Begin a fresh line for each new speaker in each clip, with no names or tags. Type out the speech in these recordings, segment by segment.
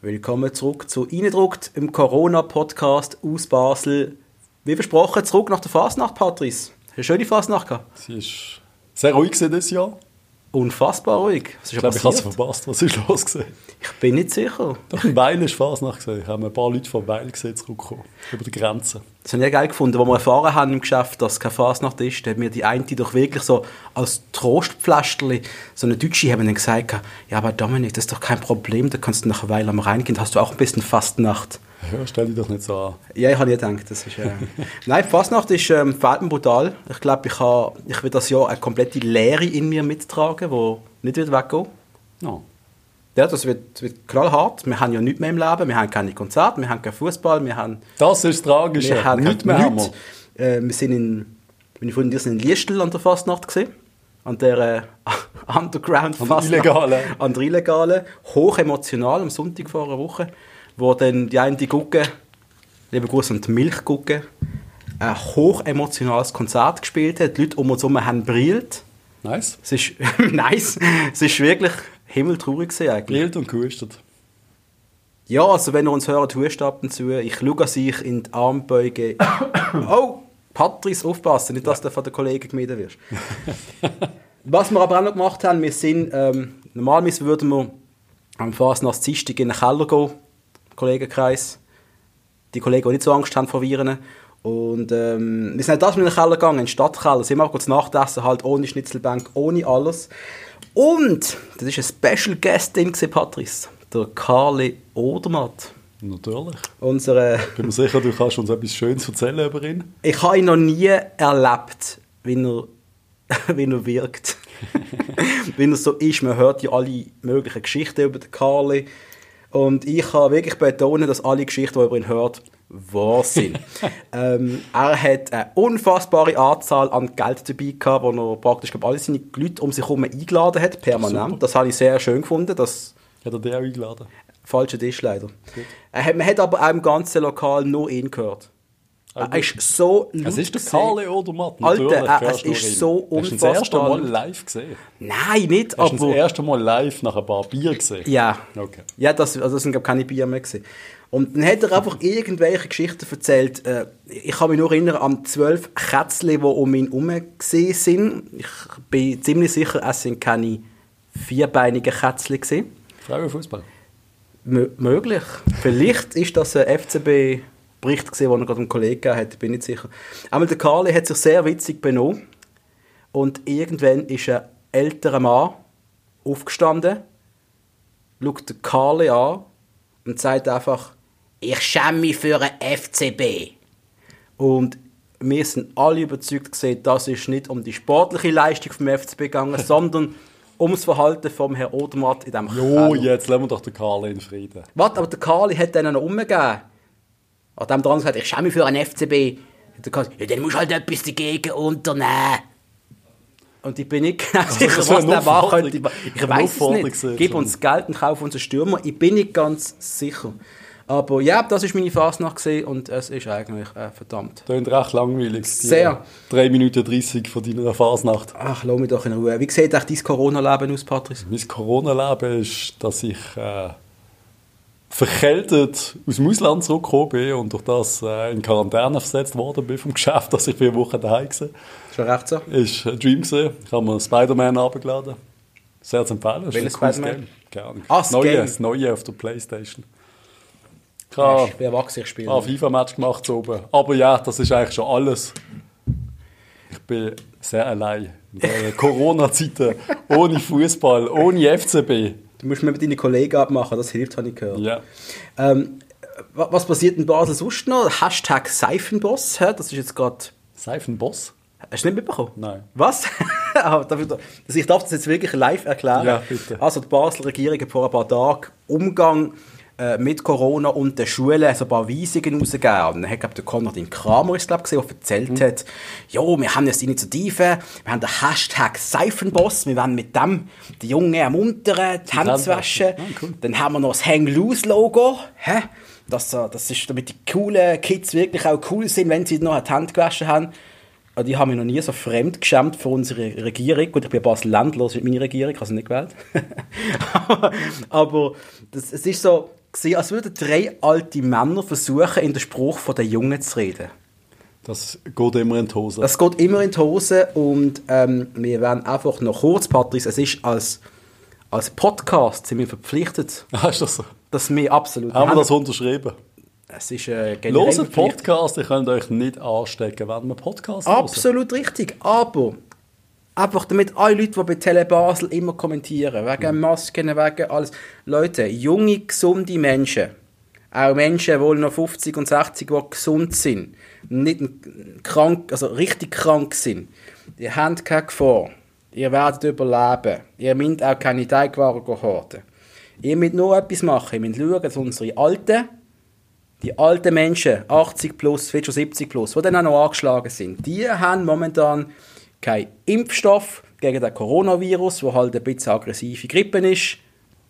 Willkommen zurück zu Eindruckt im Corona-Podcast aus Basel. Wie versprochen, zurück nach der Fasnacht, Patrice. Hast du eine schöne Fasnacht gehabt?
Sie ist sehr ruhig gewesen dieses Jahr.
Unfassbar ruhig. Was ist
Ich glaube, ich habe es
passiert?
verpasst. Was ist los gewesen?
ich bin nicht sicher.
Doch in Weil ist Fasnacht gewesen. Ich habe ein paar Leute von Weil gesehen zurückgekommen. Über die Grenze.
Das habe ich geil gefunden, als wir erfahren haben im Geschäft, dass es keine Fasnacht ist, hat mir die eine doch wirklich so als Trostpflasterli, so eine Deutsche, haben dann gesagt, ja, aber Dominik, das ist doch kein Problem, da kannst du nach Weil am Rhein gehen, da hast du auch ein bisschen Fastnacht.
Ja, stell dich doch nicht so an.
Ja, ich habe nie gedacht, das ist... Äh... Nein, die Fasnacht ist, ähm, fällt mir brutal. Ich glaube, ich, habe- ich will das Jahr eine komplette Leere in mir mittragen, die nicht wird weggehen
No.
ja, das wird, das wird knallhart. Wir haben ja nichts mehr im Leben. Wir haben keine Konzerte, wir haben keinen Fußball, wir haben
Das ist das Tragische.
wir haben
Nicht
nichts
mehr haben wir.
wir. Äh, wir sind in, meine Freundin und ich sind in Liestel an der Fastnacht gesehen. An der äh, Underground
An der illegalen.
An der illegalen. Hochemotional am Sonntag vor einer Woche, wo dann die eine Gucke, liebe Gruß an die Milchgucke, ein hochemotionales Konzert gespielt hat. Die Leute um uns herum haben brillt.
Nice.
Es ist nice. Es ist wirklich himmeltraurig gewesen eigentlich.
Bild und gehustet.
Ja, also wenn ihr uns hört, hust ab und zu. Ich schaue an euch in die Armbeuge. oh, Patrice, aufpassen, nicht, dass du von den Kollegen gemieden wirst. Was wir aber auch noch gemacht haben, wir sind, ähm, normalerweise würden wir am Fasnachtsdienstag in den Keller gehen, im Kollegenkreis. Die Kollegen, die nicht so Angst haben vor Viren. Und ähm, wir sind auch das mit in den Keller gegangen, in den Stadtkeller. Sind wir auch kurz Nachtessen, halt ohne Schnitzelbank, ohne alles. Und, das war eine Special Guestin, gewesen, Patrice. Der Karli Odermatt.
Natürlich.
Unsere
Ich bin mir sicher, du kannst uns etwas Schönes erzählen über ihn.
Ich habe ihn noch nie erlebt, wie er, wie er wirkt. wie er so ist. Man hört ja alle möglichen Geschichten über den Carly. Und ich kann wirklich betonen, dass alle Geschichten, die man über ihn hört, wahr sind. ähm, er hat eine unfassbare Anzahl an Geld dabei gehabt, wo er praktisch glaub, alle seine Leute um sich herum eingeladen hat, permanent.
Super.
Das habe ich sehr schön gefunden. Das
Hat er dich auch eingeladen?
falsche Tisch leider. Er hat, man hat aber auch im ganzen Lokal nur ihn gehört.
Ah,
Er ist so laut.
Es ist der
gewesen.
Kalle oder Matt.
Alter,
Natürlich
äh,
hörst
es
du
ist
ihn.
so
Hast du ihn das erste
unfassbar.
Mal live gesehen?
Nein, nicht,
Hast du ihn das
aber.
erste Mal live nach ein paar Bier gesehen?
Ja.
Okay.
Ja, das, also das sind, glaube keine Bier mehr. Gewesen. Und dann hat er einfach irgendwelche Geschichten erzählt. Äh, ich kann mich nur erinnern an zwölf Kätzchen, die um ihn herum gesehen sind. Ich bin ziemlich sicher, es sind keine vierbeinigen Kätzchen. Gewesen.
Frauenfußball.
Mö- möglich. Vielleicht ist das ein FCB-Bericht, gewesen, den er gerade einem Kollegen gegeben hat, bin ich nicht sicher. Einmal der Carly hat sich sehr witzig benommen. Und irgendwann ist ein älterer Mann aufgestanden, schaut den Carly an und sagt einfach: Ich schäme mich für einen FCB. Und wir sind alle überzeugt gesehen, dass es nicht um die sportliche Leistung vom FCB gegangen, sondern ums Verhalten vom Herrn Odermatt in diesem
Jo, Oh, jetzt lassen wir doch den Kalle in Frieden.
Warte, aber der Kali hat denen noch umgegeben. An dem dran gesagt, ich schäme mich für einen FCB. Hat der Kali gesagt, ja, dann musst du halt etwas dagegen unternehmen. Und ich bin nicht genau sicher,
Also, das
was
war
der
eine
machen
Aufforderung.
könnte. Ich
Eine
weiß
Aufforderung
es
gewesen,
nicht. Gib
schon.
uns Geld und kauf unseren Stürmer. Ich bin nicht ganz sicher. Aber ja, das war meine Fasnacht gewesen und es ist eigentlich äh, verdammt.
Tönt recht langweilig. Die
Sehr.
3 Minuten 30 von deiner Fasnacht.
Ach, lass mich doch in Ruhe. Wie sieht eigentlich dein Corona-Leben aus, Patrice?
Mein Corona-Leben ist, dass ich äh, verkältet aus dem Ausland zurückgekommen bin und durch das äh, in Quarantäne versetzt worden bin vom Geschäft, dass ich vier Wochen daheim war.
Schon recht so?
Ist ein Dream gewesen. Ich habe mir Spider-Man abgeladen. Sehr zu empfehlen. Ist
Welches
ein cooles
Spider-Man?
Game. Keine Ahnung.
Ah, das
Neue,
Game.
das Neue auf der Playstation. Ich
Ich
habe
bin erwachsen, ich spiele.
ein FIFA-Match gemacht so oben. Aber ja, das ist eigentlich schon alles. Ich bin sehr allein. In den Corona-Zeiten. Ohne Fußball, ohne FCB.
Du musst mir mit deinen Kollegen abmachen, das hilft, habe ich gehört.
Ja.
Ähm, wa- was passiert in Basel sonst noch? Hashtag Seifenboss, hä? das ist jetzt gerade...
Seifenboss?
Hast du nicht mitbekommen?
Nein.
Was? Aber dafür- dass also ich darf das jetzt wirklich live erklären.
Ja, bitte.
Also die Basler Regierung hat vor ein paar Tagen Umgang äh, mit Corona und den Schulen so ein paar Weisungen rausgegeben. Und dann hat glaub, der Konradin Kramer ist, glaub, gesehen, der erzählt
Mhm.
hat, «Jo, wir haben jetzt die Initiative, wir haben den Hashtag Seifenboss, wir wollen mit dem die Jungen ermuntern, die Hände zu
Hände waschen.
waschen.
Ah, cool.
Dann haben wir noch das Hang-Loose-Logo. hä? Das, so- das ist, damit die coolen Kids wirklich auch cool sind, wenn sie noch die Hand gewaschen haben. Und ich habe mich noch nie so fremd geschämt für unsere Regierung. Gut, ich bin Basel-Ländler, das ist nicht meine Regierung, ich habe sie nicht gewählt. Aber das, es ist so, gesehen, als würden drei alte Männer versuchen, in den Spruch von den Jungen zu reden.
Das geht immer in die Hose.
Das geht immer in die Hose und ähm, wir werden einfach noch kurz, Patrice, es ist als, als Podcast sind wir verpflichtet,
Ah, ist das so?
dass wir absolut
Haben wir das unterschrieben?
Es ist äh, generell
Loset
verpflichtet.
Podcast, ihr könnt euch nicht anstecken, wenn wir Podcast hören.
Absolut richtig, aber einfach damit alle Leute, die bei Tele Basel immer kommentieren,
Hm.
wegen Masken, wegen alles. Leute, junge, gesunde Menschen, auch Menschen, die noch 50 und 60, die gesund sind, nicht n- krank, also richtig krank sind, die haben keine Gefahr. Ihr werdet überleben. Ihr müsst auch keine Teigwaren horten. Ihr müsst nur etwas machen. Ihr müsst schauen, dass unsere Alten die alten Menschen, 80 plus, vielleicht schon 70 plus, die dann auch noch angeschlagen sind, die haben momentan keinen Impfstoff gegen den Coronavirus, wo halt ein bisschen aggressive Grippe ist.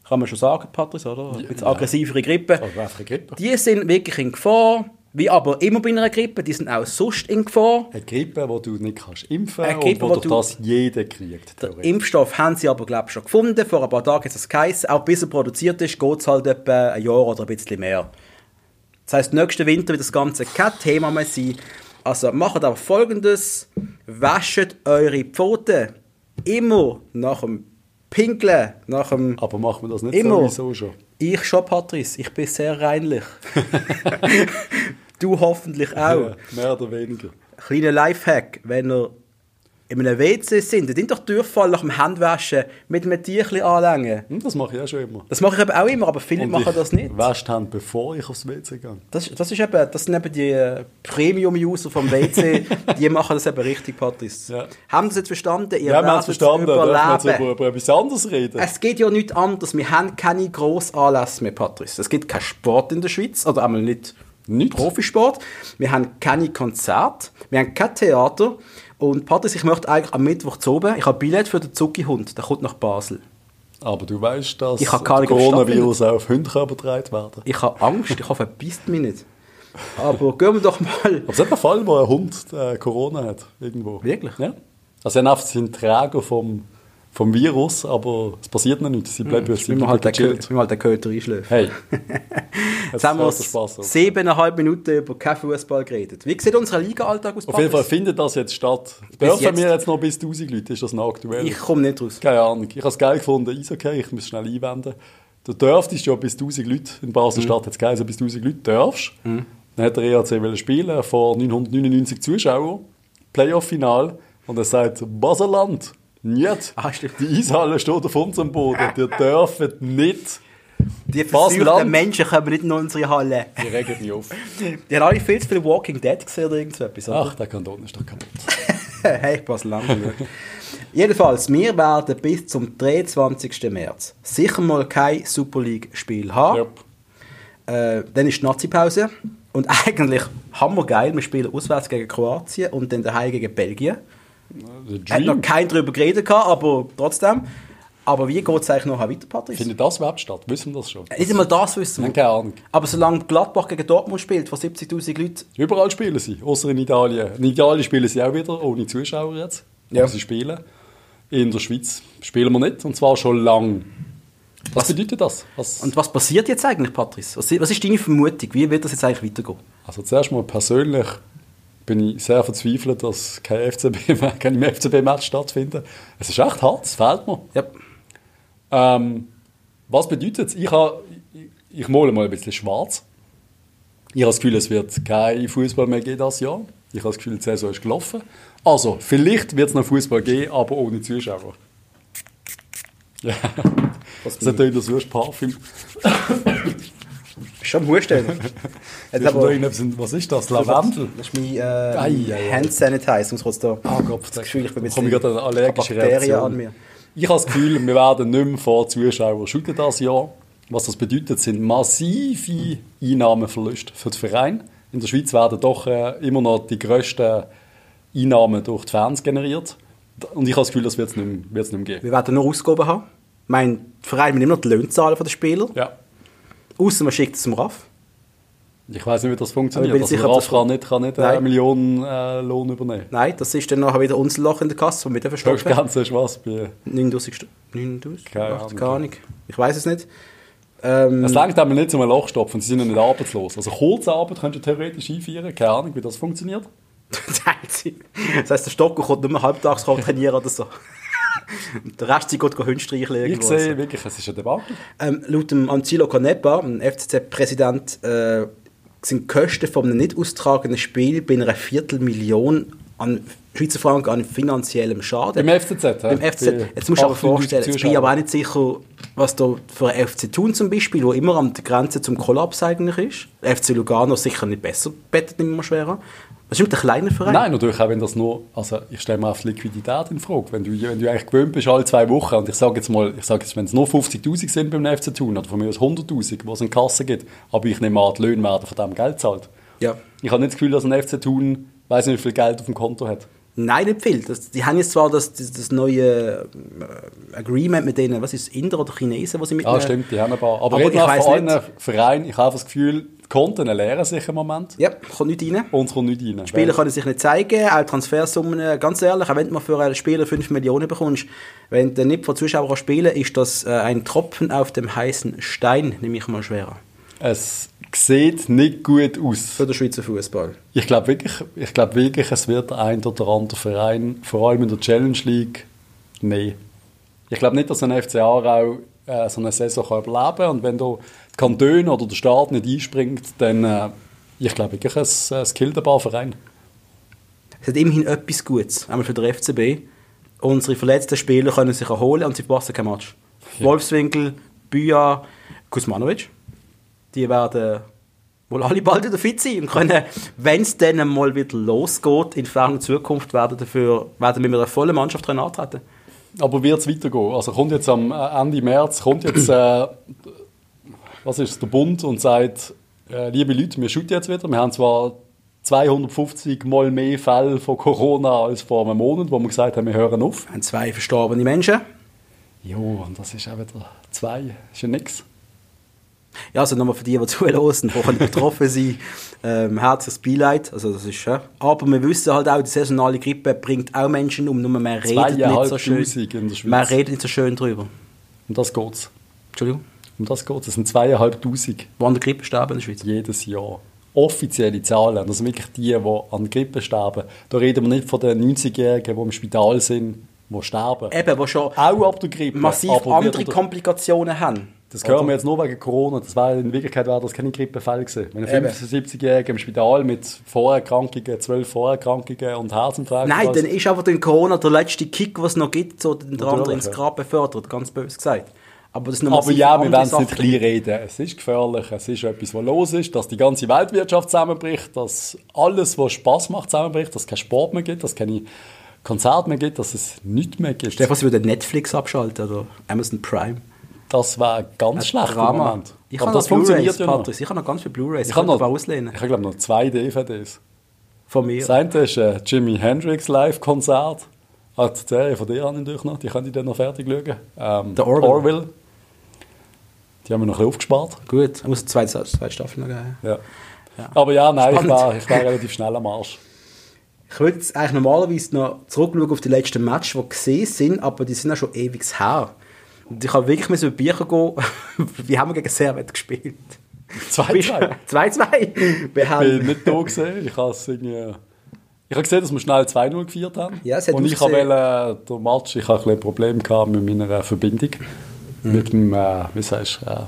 Kann man schon sagen, Patrice, oder? Ein bisschen
Ja.
aggressivere Grippe.
Also einfach eine Grippe.
Die sind wirklich in Gefahr, wie aber immer bei einer Grippe, die sind auch sonst in Gefahr.
Eine Grippe, die du nicht kannst impfen
Eine
kannst und
Grippe,
wo
wo
durch
du-
das jeder kriegt.
Den
theoretisch.
Impfstoff haben sie aber, glaube ich, schon gefunden. Vor ein paar Tagen hat es geheißen. Auch bis er produziert ist, geht es halt etwa ein Jahr oder ein bisschen mehr. Das heisst, nächsten Winter wird das Ganze kein Thema mehr sein. Also macht aber folgendes: Wäscht eure Pfoten immer nach dem Pinkeln, nach dem.
Aber machen wir Ah, das nicht
Immer.
sowieso schon?
Ich schon, Patrice. Ich bin sehr reinlich. du hoffentlich auch
Ja, mehr oder weniger.
kleiner Lifehack, wenn ihr in einem WC sind, dann tut doch Durchfall nach dem Handwaschen mit einem Tierchen anlängen.
Hm, Das mache ich auch schon immer.
Das mache ich eben auch immer, aber viele machen
ich
das nicht.
wasche die Hände, bevor ich aufs WC gehe.
Das, das, ist eben, das sind eben die äh, Premium-User vom WC, die machen das eben richtig, Patrice.
Ja.
Haben Sie es jetzt verstanden? Ihr
Ja, wir haben es
werdet's
verstanden. Dürfen wir jetzt
überleben.
über, über etwas anderes reden?
Es geht ja nicht anders. Wir haben keine Grossanlässe mehr, Patrice. Es gibt keinen Sport in der Schweiz, oder einmal nicht,
Nicht.
Profisport. Wir haben keine Konzerte, wir haben kein Theater. Und Patrice, ich möchte eigentlich am Mittwoch zu oben. Ich habe Billett für den Zucki-Hund, der kommt nach Basel.
Aber du weißt, dass
Ich habe keine
Coronavirus auch auf Hunde kann übertragen werden
Ich habe Angst, ich hoffe, er beißt mich nicht. Aber gehen wir doch mal.
Aber es hat einen Fall, wo ein Hund äh, Corona hat, irgendwo.
Wirklich?
Ja. Also sie haben einfach sind Träger vom, vom Virus, aber es passiert noch nichts. Sie bleiben, sie
Wenn wir
bleiben
halt den Kö-
gechillt.
müssen wir halt den Köter einschläft.
Hey,
Jetzt haben wir
hört der Spass also. auf.
siebeneinhalb Minuten über keinen Fußball geredet. Wie sieht unser Liga-Alltag aus,
auf jeden Fall
Patrice?
findet das jetzt statt. Dürfen
jetzt.
wir jetzt noch bis 1000 Leute? Ist das noch aktuell?
Ich komme nicht raus.
Keine Ahnung. Ich habe es geil gefunden. Ist okay, ich muss schnell einwenden. Du dürftest ja bis 1000 Leute, in
Mhm.
Basel-Stadt hat es geheißen, bis 1000 Leute darfst. Dann hat der EAC wollen spielen vor 999 Zuschauern. Playoff-Final. Und er sagt, Baselland, nicht.
Ah, stimmt.
Die Eishalle steht auf unserem Boden. Die dürfen nicht.
Die
Basel-Land.
versuchten Menschen kommen nicht in unsere Halle.
Die regen mich auf.
Die haben alle viel zu viel Walking Dead gesehen oder irgendetwas. oder?
Ach, der Kanton ist doch kaputt.
hey, ich passe lang. Jedenfalls, wir werden bis zum 23. März sicher mal kein Super League-Spiel haben.
Yep.
Äh, dann ist die Nazi-Pause. Und eigentlich hammergeil, wir spielen auswärts gegen Kroatien und dann daheim gegen Belgien.
Der
Hat noch
Dream.
keiner darüber geredet, gehabt, aber trotzdem. Aber wie geht es eigentlich noch weiter, Patrice?
Findet das überhaupt statt? Wissen wir das schon?
Nicht einmal das wissen
Nein,
wir.
keine Ahnung.
Aber solange Gladbach gegen Dortmund spielt, von 70'000 Leuten,
Überall spielen sie, außer in Italien. In Italien spielen sie auch wieder, ohne Zuschauer jetzt.
Ja.
Ja. Sie spielen. In der Schweiz spielen wir nicht, und zwar schon lang. Was bedeutet das? Was?
Und was passiert jetzt eigentlich, Patrice? Was, was ist deine Vermutung? Wie wird das jetzt eigentlich weitergehen?
Also zuerst mal persönlich bin ich sehr verzweifelt, dass kein FCB, kein FCB-Match stattfindet. Es ist echt hart, es fehlt mir.
Ja.
Ähm, was bedeutet es? Ich, ha- ich, ich male mal ein bisschen schwarz. Ich habe das Gefühl, es wird kein Fußball mehr geben dieses Jahr. Ich habe das Gefühl, die Saison ist gelaufen. Also, vielleicht wird es noch Fußball geben, aber ohne Zuschauer. Ja, das
Mhm.
ist natürlich das erste Parfüm.
Schon am Husten.
Ist noch irgendetwas- Was ist das? Lavendel?
Das ist mein äh,
Ei, ei, ei.
Hand Sanitizer. Ich da.
Ah, Gott,
das Gefühl, ich bin
komme ich gerade eine allergische
Bakterien
Reaktion.
an mir.
Ich habe das Gefühl, wir werden nicht mehr vor Zuschauern schütteln dieses Jahr. Was das bedeutet, sind massive Einnahmenverluste für den Verein. In der Schweiz werden doch äh, immer noch die grössten Einnahmen durch die Fans generiert. Und ich habe das Gefühl, das wird es nicht, mehr- wird's nicht mehr geben.
Wir werden noch Ausgaben haben. Mein Verein will immer noch die Löhne zahlen von den Spielern.
Ja.
Außer man schickt es zum RAF.
Ich weiß nicht, wie das
Aber ich
funktioniert.
bin
Also,
sicher,
Ralf
das-
kann nicht, kann nicht äh,
Nein.
einen Millionen äh, Lohn übernehmen.
Nein, das ist dann nachher wieder unser Loch in der Kasse, das wir dürfen
Das ist
stopfen.
ganz ein Spaß bei
9000 Stunden. 9000?
Keine
Ach,
Ahnung.
Keine Ahnung. Ich weiß es nicht. Ähm,
Es langt aber nicht zum Loch stopfen, sie sind ja nicht arbeitslos. Also Kurzarbeit könntest du theoretisch einführen, keine Ahnung, wie das funktioniert.
das heisst, der Stocker kommt nicht mehr halbtags kann trainieren oder so. Und der Rest sie geht gehen Hunde streicheln.
Ich
irgendwo.
sehe wirklich, es ist ein Debakel.
Ähm, laut dem Anzilo Canepa, dem FCZ-Präsident, äh, sind die Kosten von einem nicht austragenden Spiel bei einer Viertelmillion an Schweizer Franken an finanziellem Schaden.
Beim FCZ, hä?
Beim FCZ. Jetzt musst du aber
8.000
vorstellen, jetzt bin ich
Zuschauer.
aber auch nicht sicher, was da für ein FC Thun zum Beispiel, wo immer an der Grenze zum Kollaps eigentlich ist. Der FC Lugano ist sicher nicht besser, bettet nicht mehr schwerer. Das ist ein kleiner Verein.
Nein, natürlich auch wenn das nur, also ich stelle mir auf die Liquidität in Frage. Wenn du, wenn du eigentlich gewöhnt bist, alle zwei Wochen, und ich sage jetzt mal, ich sage jetzt, wenn es nur 50'000 sind beim FC Thun, oder von mir aus 100'000, wo es in die Kasse gibt, aber ich nehme an, die Löhne werden von dem Geld zahlt.
Ja.
Ich habe nicht das Gefühl, dass ein FC Thun, weiß nicht, wie viel Geld auf dem Konto hat.
Nein, nicht viel. Das, die haben jetzt zwar das, das, das neue äh, Agreement mit denen, was ist es, Inder oder Chinesen, was sie mit
Ah,
ihnen-
stimmt, die haben ein paar. Aber,
Aber
reden
ich
wir
weiss
von
nicht.
allen Vereinen, ich habe das Gefühl, die Konten leeren sich im Moment.
Ja, kommt nicht rein.
Und es kommt nicht rein.
Spieler können sich nicht zeigen, auch Transfersummen, äh, ganz ehrlich, auch wenn du mal für einen Spieler 5 Millionen bekommst, wenn du nicht von Zuschauern kannst spielen ist das äh, ein Tropfen auf dem heißen Stein, nehme ich mal schwerer.
Es sieht nicht gut aus.
Für den Schweizer Fußball.
Ich glaube wirklich, ich glaub wirklich, es wird der ein oder andere Verein, vor allem in der Challenge League, nein. Ich glaube nicht, dass ein FC Aarau äh, so eine Saison kann überleben kann. Und wenn da die Kantone oder der Staat nicht einspringt, dann, äh, ich glaube wirklich, es, äh, es killt ein paar Vereine.
Es hat immerhin etwas Gutes, einmal für den FCB. Unsere verletzten Spieler können sich erholen und sie verpassen kein Match.
Ja.
Wolfswinkel, Büja, Kuzmanovic, die werden wohl alle bald wieder fit sein und können, wenn es dann mal wieder losgeht, in ferner Zukunft werden, dafür, werden wir mit einer vollen Mannschaft können antreten
Aber wird es weitergehen? Also kommt jetzt am äh, Ende März, kommt jetzt, äh, was ist es, der Bund und sagt, äh, liebe Leute, wir shooten jetzt wieder. Wir haben zwar 250 Mal mehr Fälle von Corona als vor einem Monat, wo wir gesagt haben, wir hören auf.
Wir haben zwei verstorbene Menschen.
Jo, und das ist auch wieder zwei, ist ja nix.
Ja, also nochmal für die, die zuhören, die können betroffen sein. Ähm, herzliches Beileid. Also das ist, ja. Aber wir wissen halt auch, die saisonale Grippe bringt auch Menschen um, nur man redet nicht so schön.
2500 in der Schweiz.
Man redet nicht so schön drüber.
Um das geht's.
Entschuldigung.
Um das geht's. Es sind zweieinhalbtausend
Wo an der Grippe sterben in der Schweiz?
jedes Jahr. Offizielle Zahlen, das sind wirklich die, die an Grippe sterben. Da reden wir nicht von den 90-Jährigen, die im Spital sind, die sterben.
Eben, die schon
Auch ab der Grippe.
massiv
aber
andere
wieder-
Komplikationen haben.
Das hören wir jetzt nur wegen Corona. Das war, in Wirklichkeit war das kein Grippefall gewesen. Wenn ein
Eben.
75-Jähriger im Spital mit Vorerkrankungen, zwölf Vorerkrankungen und Herzinfarkt Also,
Nein,
was-
dann ist einfach durch Corona der letzte Kick, was es noch gibt, so den anderen ins
ja.
Grab befördert, ganz böse gesagt. Aber das ist noch
Aber
massiv
ja, wir
andere
wollen es nicht
Sachen.
klein reden. Es ist gefährlich, es ist etwas, was los ist, dass die ganze Weltwirtschaft zusammenbricht, dass alles, was Spaß macht, zusammenbricht, dass es keinen Sport mehr gibt, dass es keine Konzerte mehr gibt, dass es nichts mehr gibt.
Stefan, sie würde Netflix abschalten oder Amazon Prime.
das war ganz schlecht im Moment.
Ich
Aber
habe
das
noch
funktioniert
Blu-Rays,
ja noch.
Patrick. Ich habe noch ganz viele Blu-Rays.
Ich habe noch,
ein paar
ich
auslehnen.
habe, glaube ich, noch zwei DVDs.
Von mir.
Das eine ist äh, Jimi Hendrix Live-Konzert. Ah, die Serie von dir an natürlich noch, die könnt ihr dann noch fertig schauen. Ähm,
Der Orville.
Die haben wir noch ein bisschen aufgespart.
Gut, ich muss zwei, zwei Staffeln noch geben.
Ja. Aber ja, nein, ich
Spannend.
war, ich war relativ schnell am Arsch.
Ich würde jetzt eigentlich normalerweise noch zurückschauen auf die letzten Matches, die gesehen sind, aber die sind ja schon ewig her. Und ich habe wirklich müssen über die Bücher gehen, wie haben wir gegen Servet gespielt?
2-2.
2-2. Wir
Ich bin
haben...
nicht da gesehen. Ich habe es irgendwie- ich habe gesehen, dass wir schnell 2-0 gefeiert haben.
Ja, es hat
Und ich habe
ausgesehen.
wollte, der Match, ich habe ein bisschen Probleme gehabt mit meiner Verbindung. Mit
Mhm.
dem, äh, wie sagst du, äh,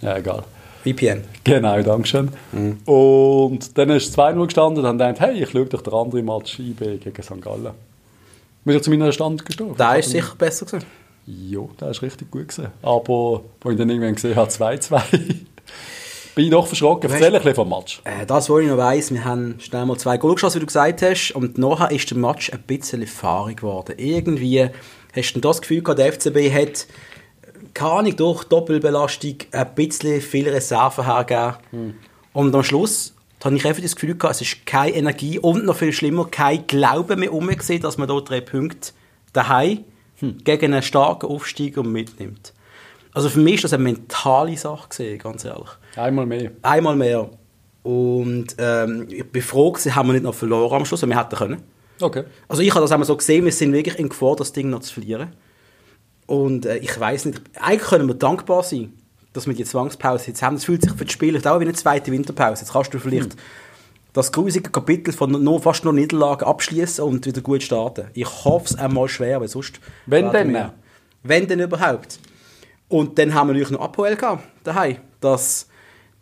ja, egal.
VPN.
Genau, danke schön.
Mhm.
Und dann ist es 2-0 gestanden und dann dachte hey, ich schaue doch den anderen Match IB gegen St. Gallen. Bist du zu meiner Stand gestorben?
Da ist sicher besser gewesen.
Ja, der ist richtig gut gewesen. Aber, wo ich dann irgendwann gesehen habe, 2-2, bin ich doch verschrocken. Erzähl ein bisschen vom Match.
Äh, Das, was ich noch weiss, wir haben schnell mal zwei Goal geschossen, wie du gesagt hast, und nachher ist der Match ein bisschen fahrig geworden. Irgendwie hast du das Gefühl gehabt, der FCB hat, keine Ahnung, durch Doppelbelastung ein bisschen viel Reserven hergegeben. Und am Schluss habe ich einfach das Gefühl gehabt, es ist keine Energie und noch viel schlimmer, kein Glauben mehr um gesehen, dass man hier drei Punkte daheim gegen einen starken Aufsteiger mitnimmt. Also für mich ist das eine mentale Sache gesehen, ganz ehrlich.
Einmal mehr.
Einmal mehr. Und ähm, ich bin froh, gewesen, haben wir nicht noch verloren am Schluss, weil wir hätten können.
Okay.
Also ich habe das einmal so gesehen, wir sind wirklich in Gefahr, das Ding noch zu verlieren. Und äh, ich weiß nicht, eigentlich können wir dankbar sein, dass wir die Zwangspause jetzt haben. Es fühlt sich für die Spieler auch wie eine zweite Winterpause. Jetzt kannst du vielleicht
Mhm.
das grusige Kapitel von nur, fast nur Niederlagen abschließen und wieder gut starten. Ich hoffe es einmal schwer, weil sonst.
Wenn
werden
denn?
wir- Wenn denn überhaupt. Und dann haben wir natürlich noch Apoel gehabt, daheim. Das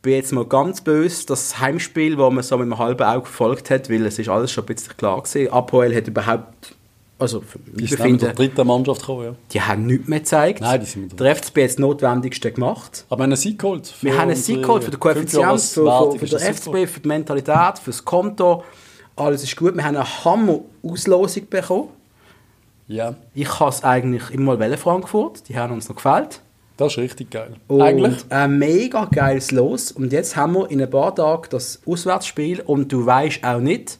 bin jetzt mal ganz böse, das Heimspiel, wo man so mit einem halben Auge verfolgt hat, weil es ist alles schon ein bisschen klar gewesen. Apoel hat überhaupt, also für
Die
mein
sind mit der
Befinden,
dritten Mannschaft gekommen, ja.
die haben nichts mehr gezeigt.
Nein, die sind mit der-
der FCB hat das Notwendigste gemacht.
Aber wir haben einen Sieg geholt. Für
Wir haben einen Sieg geholt für den Koeffizient, für, für, für den FCB, für die Mentalität, für das Konto. Alles ist gut. Wir haben eine Hammer-Auslosung bekommen.
Ja,
Ich habe es eigentlich immer mal Frankfurt. Die haben uns noch gefällt.
das ist richtig geil.
Und
Eigentlich,
ein mega geiles Los. Und jetzt haben wir in ein paar Tagen das Auswärtsspiel und du weißt auch nicht,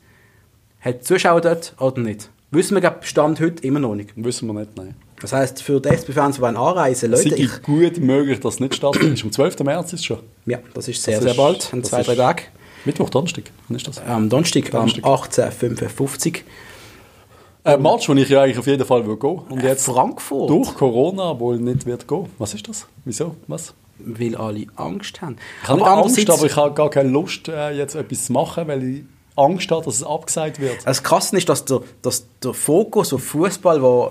hat Zuschauer dort oder nicht. Wissen wir, glaub, Stand heute immer noch nicht.
wissen wir nicht, nein.
Das heisst, für die SP-Fans, die wollen anreisen
Es
Leute, ich,
ist gut möglich, dass es nicht stattfindet. Am 12. März ist es schon.
ja, das ist sehr,
Das
sehr
ist-
bald, in
das
zwei,
ist-
drei Tagen.
Mittwoch, Donnerstag, wann ist das?
Am Donnerstag,
Donnerstag.
am 18.55
Ein Match, den Äh, ich ja eigentlich auf jeden Fall will gehen Und jetzt
Äh, Frankfurt,
durch Corona wohl nicht wird gehen. Was ist das? Wieso? Was?
weil alle Angst haben.
Ich habe nicht Angst, aber ich habe gar keine Lust, äh, jetzt etwas zu machen, weil ich Angst habe, dass es abgesagt wird.
Das Krasse ist, dass der, dass der Fokus auf Fußball, wo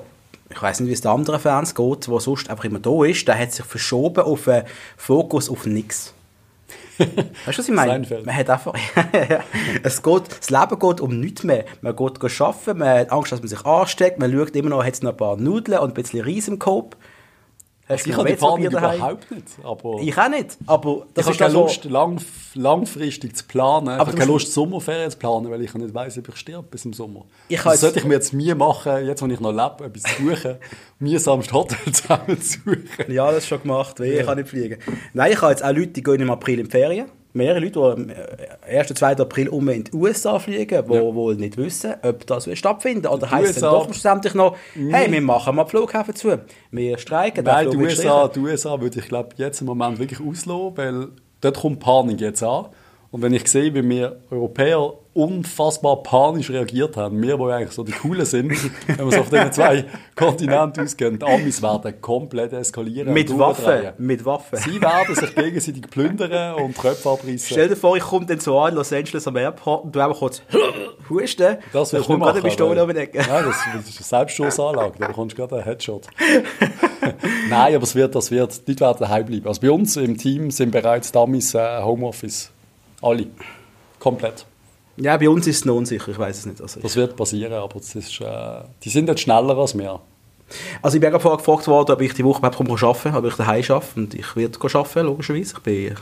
ich weiß nicht, wie es den anderen Fans geht, wo sonst einfach immer da ist, der hat sich verschoben auf einen Fokus auf nichts. Weißt du, was ich meine?
Seinfeld.
Man hat einfach. es geht, das Leben geht um nichts mehr. Man geht arbeiten, man hat Angst, dass man sich ansteckt, man schaut immer noch, hat es noch ein paar Nudeln und ein bisschen Reis im Kopf. Hast
Ich
noch
habe die Planung
Weizenbier daheim?
überhaupt nicht. Aber ich
Ich auch nicht. Aber das
habe
ist
keine
das, wo-
Lust, lang, langfristig zu planen. Ich
Aber
habe
du
keine
musst-
Lust, Sommerferien zu planen, weil ich ja nicht weiß, ob ich sterbe bis im Sommer.
Ich
das
habe jetzt-
sollte ich mir jetzt Mühe machen, jetzt, wo ich noch lebe, etwas zu suchen, mühsam das Hotel zusammenzusuchen.
Ja, das ist schon gemacht, weil ich kann nicht fliegen. Nein, ich habe jetzt auch Leute, die gehen im April in die Ferien. Mehrere Leute, die am äh, 1. und 2. April um in die USA fliegen, die wohl nicht wissen, ob das wird stattfinden Oder
Die
heisst es
USA
doch schlussendlich noch, hey, wir machen mal die Flughäfen zu. Wir streiken, der
Nein, Mhm. die
Flug wird
USA,
gestrichen.
die USA würde ich glaube jetzt im Moment wirklich auslösen, weil dort kommt Panik jetzt an. Und wenn ich sehe, wie wir Europäer unfassbar panisch reagiert haben, wir, die eigentlich so die Coolen sind, wenn wir es auf diesen zwei Kontinenten ausgehen, die Amis werden komplett eskalieren. und
Mit
durchdrehen.
Waffen, mit Waffen.
Sie werden sich gegenseitig plündern und Köpfe abreißen.
Stell dir vor, ich komme dann so an in Los Angeles am Airport und du einfach kurz husten,
Das
dann
wirst du
kommt gerade eine
nicht machen,
Pistole
weil-
um die Ecke.
Nein, das, das ist eine Selbstschussanlage, da bekommst du gerade einen Headshot. Nein, aber es wird, das wird, die Leute werden daheim bleiben. Also bei uns im Team sind bereits Dummies äh, Homeoffice. Alle. Komplett.
Ja, bei uns ist es noch unsicher, ich weiß es nicht. Also,
Das wird passieren, aber das ist, äh, die sind jetzt schneller als wir.
Also ich bin auch vorher gefragt worden, ob ich die Woche überhaupt arbeiten kann, ob ich daheim arbeite. Und ich werde arbeiten, logischerweise. Ich bin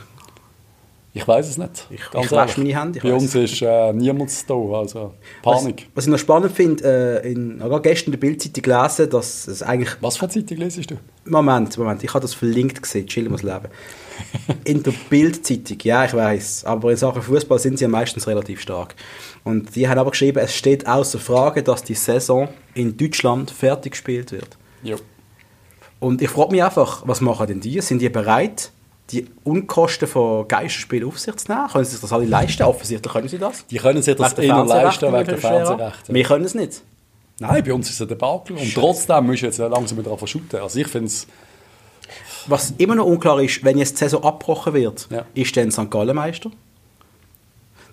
Ich weiß es nicht.
Ich-
Ganz
ich wasche
ehrlich.
meine Hände, ich
Bei
weiss.
uns ist äh, niemand da, also Panik.
Was, was ich noch spannend finde, äh, in, ich habe gerade gestern in der Bildzeitung gelesen, dass es eigentlich...
Was, für eine Zeitung lesest du?
Moment, Moment, ich habe das verlinkt gesehen, Chillen muss leben. In der Bildzeitung, ja, ich weiß, aber in Sachen Fußball sind sie ja meistens relativ stark. Und die haben aber geschrieben, es steht außer Frage, dass die Saison in Deutschland fertig gespielt wird.
Jo.
Und ich frage mich einfach, was machen denn die? Sind die bereit, die Unkosten von Geisterspielen auf sich zu nehmen? Können sie sich das alle leisten? Offensichtlich können sie das.
Die können sich das
Wegen
eher
der Fernsehrechte,
leisten wegen der
liebe Hörer.
Fernsehrechte.
Wir können es nicht.
Nein, bei uns ist es ein Debakel. Und trotzdem müssen wir jetzt langsam wieder verschütten. Also ich finde es
Was immer noch unklar ist, wenn jetzt die Saison abgebrochen wird,
Ja.
ist dann St. Gallen Meister.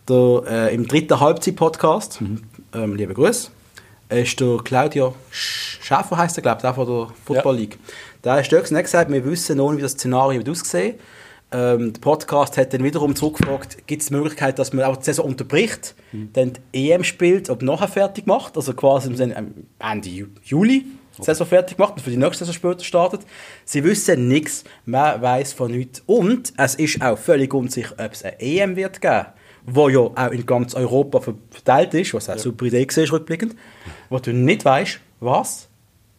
Der, äh, Im dritten Halbzeit-Podcast,
Mhm.
ähm, liebe Grüße, ist der Claudio Sch- Schäfer, heißt er, glaube ich, der von der Football
Ja.
League. Da hast du gesagt, gesagt, wir wissen noch nicht, wie das Szenario wird aussehen ähm, Der Podcast hat dann wiederum zurückgefragt, gibt es die Möglichkeit, dass man auch die Saison unterbricht, dann die EM spielt und nachher fertig macht, also quasi im Sinne, ähm, Ende Ju- Juli die Saison fertig gemacht und für die nächste Saison später startet. Sie wissen nichts, man weiß von nichts. Und es ist auch völlig unsicher, ob es eine EM wird geben, wo ja auch in ganz Europa verteilt ist, was auch eine super Idee war, rückblickend, wo du nicht weißt, was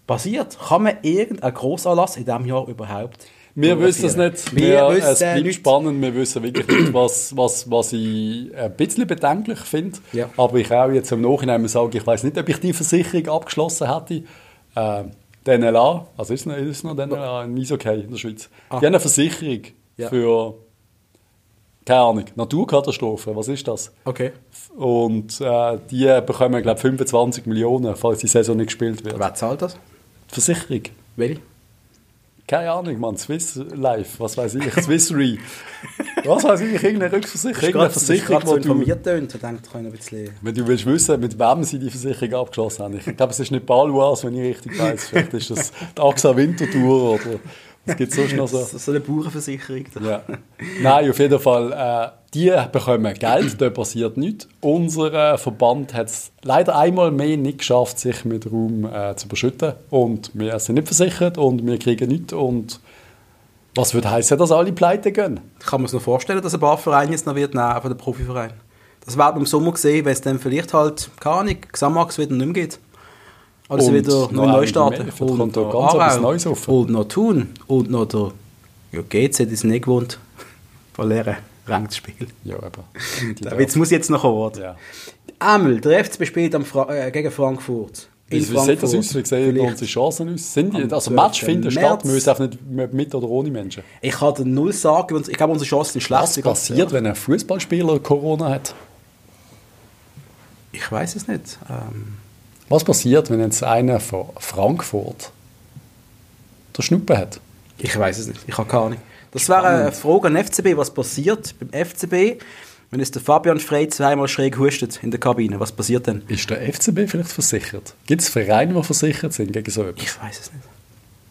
passiert. Kann man irgendeinen Grossanlass in diesem Jahr überhaupt
Wir wissen es
durchführen?
nicht.
Wir
Wir
wissen
es bleibt
nicht.
spannend. Wir wissen wirklich nicht, was, was, was ich ein bisschen bedenklich finde.
Ja.
Aber ich auch jetzt im Nachhinein sage, ich weiß nicht, ob ich die Versicherung abgeschlossen hätte. Äh, die NLA, also ist es noch, ist es noch die NLA in Eishockey in der Schweiz?
Ah.
Die haben eine Versicherung
Ja.
für, keine Ahnung, Naturkatastrophen, was ist das?
Okay.
Und äh, die bekommen, glaube ich, 25 Millionen, falls die Saison nicht gespielt wird.
Wer zahlt das?
Die Versicherung.
Welche?
Keine Ahnung, Mann. Swiss Life, was weiß ich, Swiss Re. was weiß ich, irgendeine Rückversicherung,
Ich
irgendeine
gerade so
Versicherung, wo du...
informiert tönt und denkt, ich kann ein bisschen...
Wenn du willst wissen, mit wem sie die Versicherung abgeschlossen haben. Ich glaube, es ist nicht Baluas, wenn ich richtig weiß. Vielleicht ist das die AXA Winterthur oder... Es gibt sonst noch so...
So, so eine Bauernversicherung.
Ja. Nein, auf jeden Fall, äh, die bekommen Geld, da passiert nichts. Unser äh, Verband hat es leider einmal mehr nicht geschafft, sich mit Raum äh, zu überschütten. Und wir sind nicht versichert und wir kriegen nichts. Und was würde heißen, dass alle pleite gehen?
Kann man es noch vorstellen, dass ein Barverein jetzt noch wird nehmen von den Profiverein? Das werden wir im Sommer sehen, wenn es dann vielleicht halt, keine Ahnung, Xamax wieder nicht mehr gibt. Oder sie
Und
wieder
noch
neu, neu
einige
starten.
mehr. Vielleicht kommt da ganz
Aarau.
etwas Neues auf.
Und noch Thun. Und noch der... Ja, GZ ist nicht gewohnt. Verlieren. Rennt das Spiel.
Ja, eben. Die
Der
dürfen-
Witz muss jetzt noch kommen.
ja.
Einmal, der FC spielt am Fra äh, gegen Frankfurt.
Wie, wie sieht das aus? Wie sehen
Vielleicht.
unsere Chancen aus? Sind die,
Am
also Match
12.
finden statt, wir
März.
wissen auch nicht mit oder ohne Menschen.
Ich kann dir null sagen, weil ich glaube, unsere Chancen sind schlecht.
Was passiert, wenn ein Fußballspieler Corona hat?
Ich weiß es nicht. Ähm,
Was passiert, wenn jetzt einer von Frankfurt der Schnuppe hat?
ich weiß es nicht. Ich habe keine Ahnung. Das wäre eine Frage an den FCB, was passiert beim FCB, wenn es der Fabian Frey zweimal schräg hustet in der Kabine. Was passiert denn?
Ist der FCB vielleicht versichert? Gibt es Vereine, die versichert sind gegen so etwas?
Ich weiß es nicht.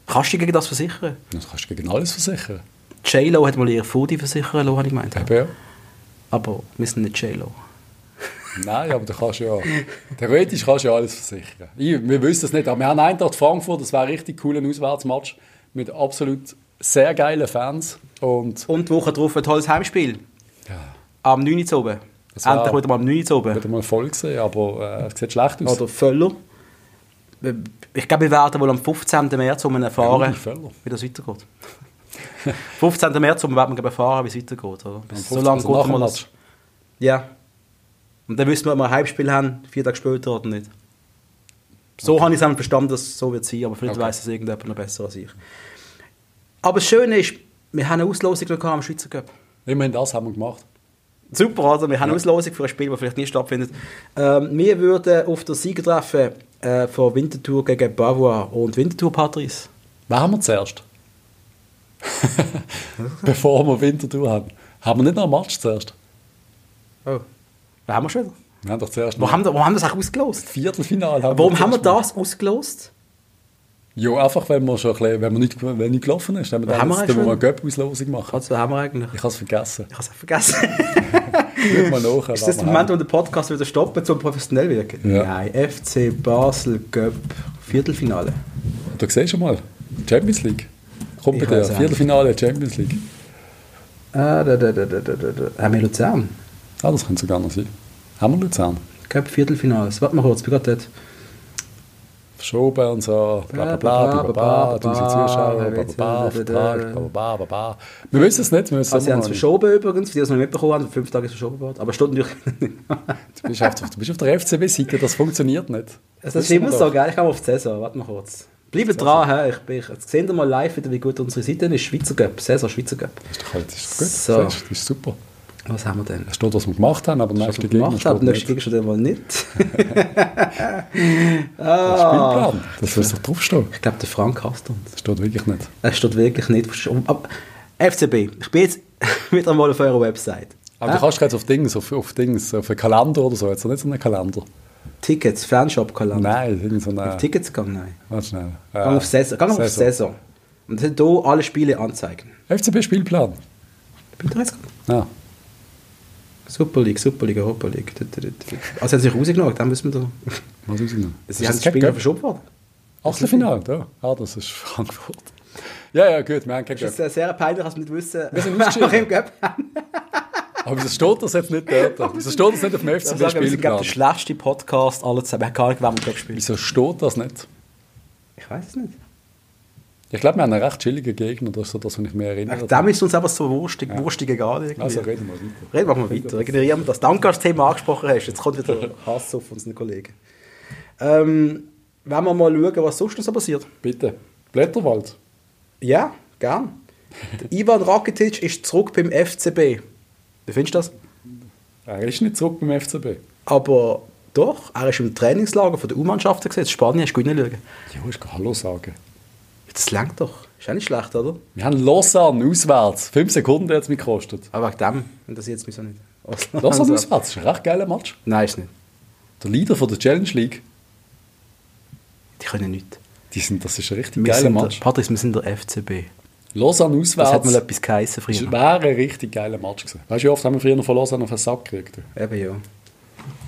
Kannst du dich gegen das versichern?
Das kannst du gegen alles versichern.
J-Lo hat mal ihre Foodie versichern lassen, habe ich gemeint.
Eben ja.
Aber wir sind nicht J-Lo.
Nein, aber du kannst ja. Theoretisch kannst du ja alles versichern. Ich, wir wissen es nicht, aber wir haben Eintracht Frankfurt, das wäre ein richtig cooler Auswärtsmatch mit absolut sehr geilen Fans. Und
Und die Woche drauf ein tolles Heimspiel.
ja,
Am 9 Uhr oben.
Das war-
Endlich wieder mal am 9 Uhr oben.
wird mal voll gesehen, aber äh, es sieht schlecht aus.
oder Völler. Ich glaube, wir werden wohl am 15. März um erfahren,
Ja, Völler.
wie das weitergeht. 15. März um werden wir glaube ich, erfahren, wie es weitergeht. Oder? Bis so
15.
lange geht
nach dem
man
Match.
das. Ja. Und dann wissen wir, ob wir ein Heimspiel haben, vier Tage später oder nicht. So habe ich es einmal verstanden, dass es so wird sein, aber vielleicht
Okay.
weiß es irgendjemand noch besser als ich. Aber das Schöne ist, wir haben eine Auslosung gehabt am Schweizer Cup.
Immerhin das haben wir gemacht.
Super, also wir haben eine Auslosung für ein Spiel, das vielleicht nie stattfindet. Ähm, wir würden auf der Sieger treffen äh, von Winterthur gegen Bavois und Winterthur Patrice.
Wen haben wir zuerst? Bevor wir Winterthur haben. Haben wir nicht noch einen Match zuerst?
Oh. Da haben wir schon wieder.
Wir haben doch zuerst
Wo haben, wir- wo haben wir das eigentlich ausgelost?
Viertelfinale. Haben
Warum haben wir
zuerst
das ausgelost?
mal. Ja, einfach, wenn wir schon ein bisschen, wenn wir nicht, wenn nicht gelaufen ist, dann haben wir
Haben
dann
wir
jetzt,
eigentlich
tun wir mal eine
schon?
Göpp-Auslosung machen.
Was haben wir eigentlich?
Ich habe es vergessen.
Ich habe es vergessen.
Schau mal nach.
Ist das der Moment, wo der Podcast wieder stoppt, zum professionell wirken?
Ja.
Nein, FC Basel Cup Viertelfinale.
Du siehst schon mal. Champions League. Kommt bei
Ich
dir.
weiß auch
Viertelfinale Champions League.
Ah, da, da, da, da, da, da. da. Haben wir Luzern?
Ah, das könnte sogar noch sein. Haben wir Luzern?
Cup Viertelfinale. Warte mal kurz, ich bin gerade dort.
Verschoben und so. Bla bla bla
Bla,
bla bla.
bla, bla,
Tausend
bla,
Zuschauer.
bla,
Bla bla bla.
bla,
Vertrag. Bla bla bla bla. Wir wissen es nicht. Wir wissen
Also, sie
immer
haben es
noch nicht.
verschoben übrigens, für die, die es noch nicht mitbekommen haben. Fünf Tage ist verschoben worden. Aber es steht natürlich.
Du bist auf, du bist auf der FCB-Seite, das funktioniert nicht.
Es
Das
ist immer
wissen wir
so,
doch.
gell? Ich komme auf die Saison. Warte mal kurz. Bleibt dran, hä? Ich bin, jetzt seht ihr mal live wieder, wie gut unsere Seite ist. Schweizer Cup, Saison Schweizer Cup.
Das ist doch halt- das ist gut.
So.
Das, ist, das ist super.
Was haben wir denn?
Da steht, was wir gemacht haben, aber der
Was
nächste
wir
Gegner
gemacht
steht
haben, nächste
nicht.
Gegner schon mal nicht.
Das Spielplan, das wird doch draufstehen.
Ich glaube, der Frank hasst uns.
Das steht wirklich nicht.
Es um- steht wirklich nicht. versch- Aber, FCB, ich bin jetzt wieder mal auf eurer Website. Ah,
Aber du kannst jetzt auf Dings, auf, auf Dings, auf einen Kalender oder so, jetzt nicht so einen Kalender.
Tickets, Fanshop-Kalender.
Nein, irgend so eine...
Tickets gegangen, nein.
Warte schnell. Äh,
Gang auf Saison. Gang auf Saison. Und dann hier alle Spiele anzeigen.
FCB-Spielplan.
Bin da jetzt gerade?
Ja.
Super League, Super League, Europa League. Du, du, du, du. Also sie haben sich rausgenommen, dann müssen wir da.
Was ist denn?
Sie haben das Spiel ja verschoben worden.
Achtelfinale, da. Ah, das ist Frankfurt. Ja, ja, gut, wir haben kein
Das ist
Geld.
äh, sehr peinlich, dass wir nicht wissen,
Wir sind
wer
ausgeschieden.
wir im Cup haben.
Aber wieso steht das jetzt nicht dort? Wieso steht das nicht auf dem
Ich würde sagen, wir sind glaub,
FCB-Spielplan?
der schlechteste Podcast aller zusammen. Wir haben gar nicht, wer wir im Cup spielen.
Wieso steht das nicht?
Ich weiß es nicht.
Ich glaube, wir haben einen recht chilligen Gegner, das ist so das, was ich mir erinnere.
Dem ist uns einfach so wurstig, wurstig egal. Irgendwie.
also reden wir weiter.
Reden wir mal weiter. Regenerieren wir das. Danke, dass du das Thema angesprochen hast. Jetzt kommt wieder Hass auf unseren Kollegen. Ähm, wenn wir mal schauen, was sonst noch so passiert.
Bitte. Blätterwald.
Ja, gern. Der Ivan Rakitic ist zurück beim FCB. Wie findest du das?
Er ist nicht zurück beim FCB.
Aber doch, er ist im Trainingslager von der U-Mannschaften gesetzt. Spanien, hast du gut hinschauen.
Ja, ich kann Hallo sagen.
Das langt doch. Ist auch nicht schlecht, oder?
Wir haben Lausanne auswärts. Fünf Sekunden hat es mich gekostet.
Aber wegen dem interessiert es mich so nicht. Ausland-
Lausanne auswärts, das ist ein recht geiler Match.
Nein, ist nicht.
Der Leader von der Challenge League,
Die können nicht.
die sind, das ist ein richtig
Wir
geiler
sind
Match.
Der, Patrick, wir sind der FCB.
Lausanne
Das hat
auswärts,
mal etwas geheissen
das
früher.
wäre ein richtig geiler Match gewesen. Weißt du, wie oft haben wir früher noch von Lausanne auf den Sack gekriegt?
Eben ja.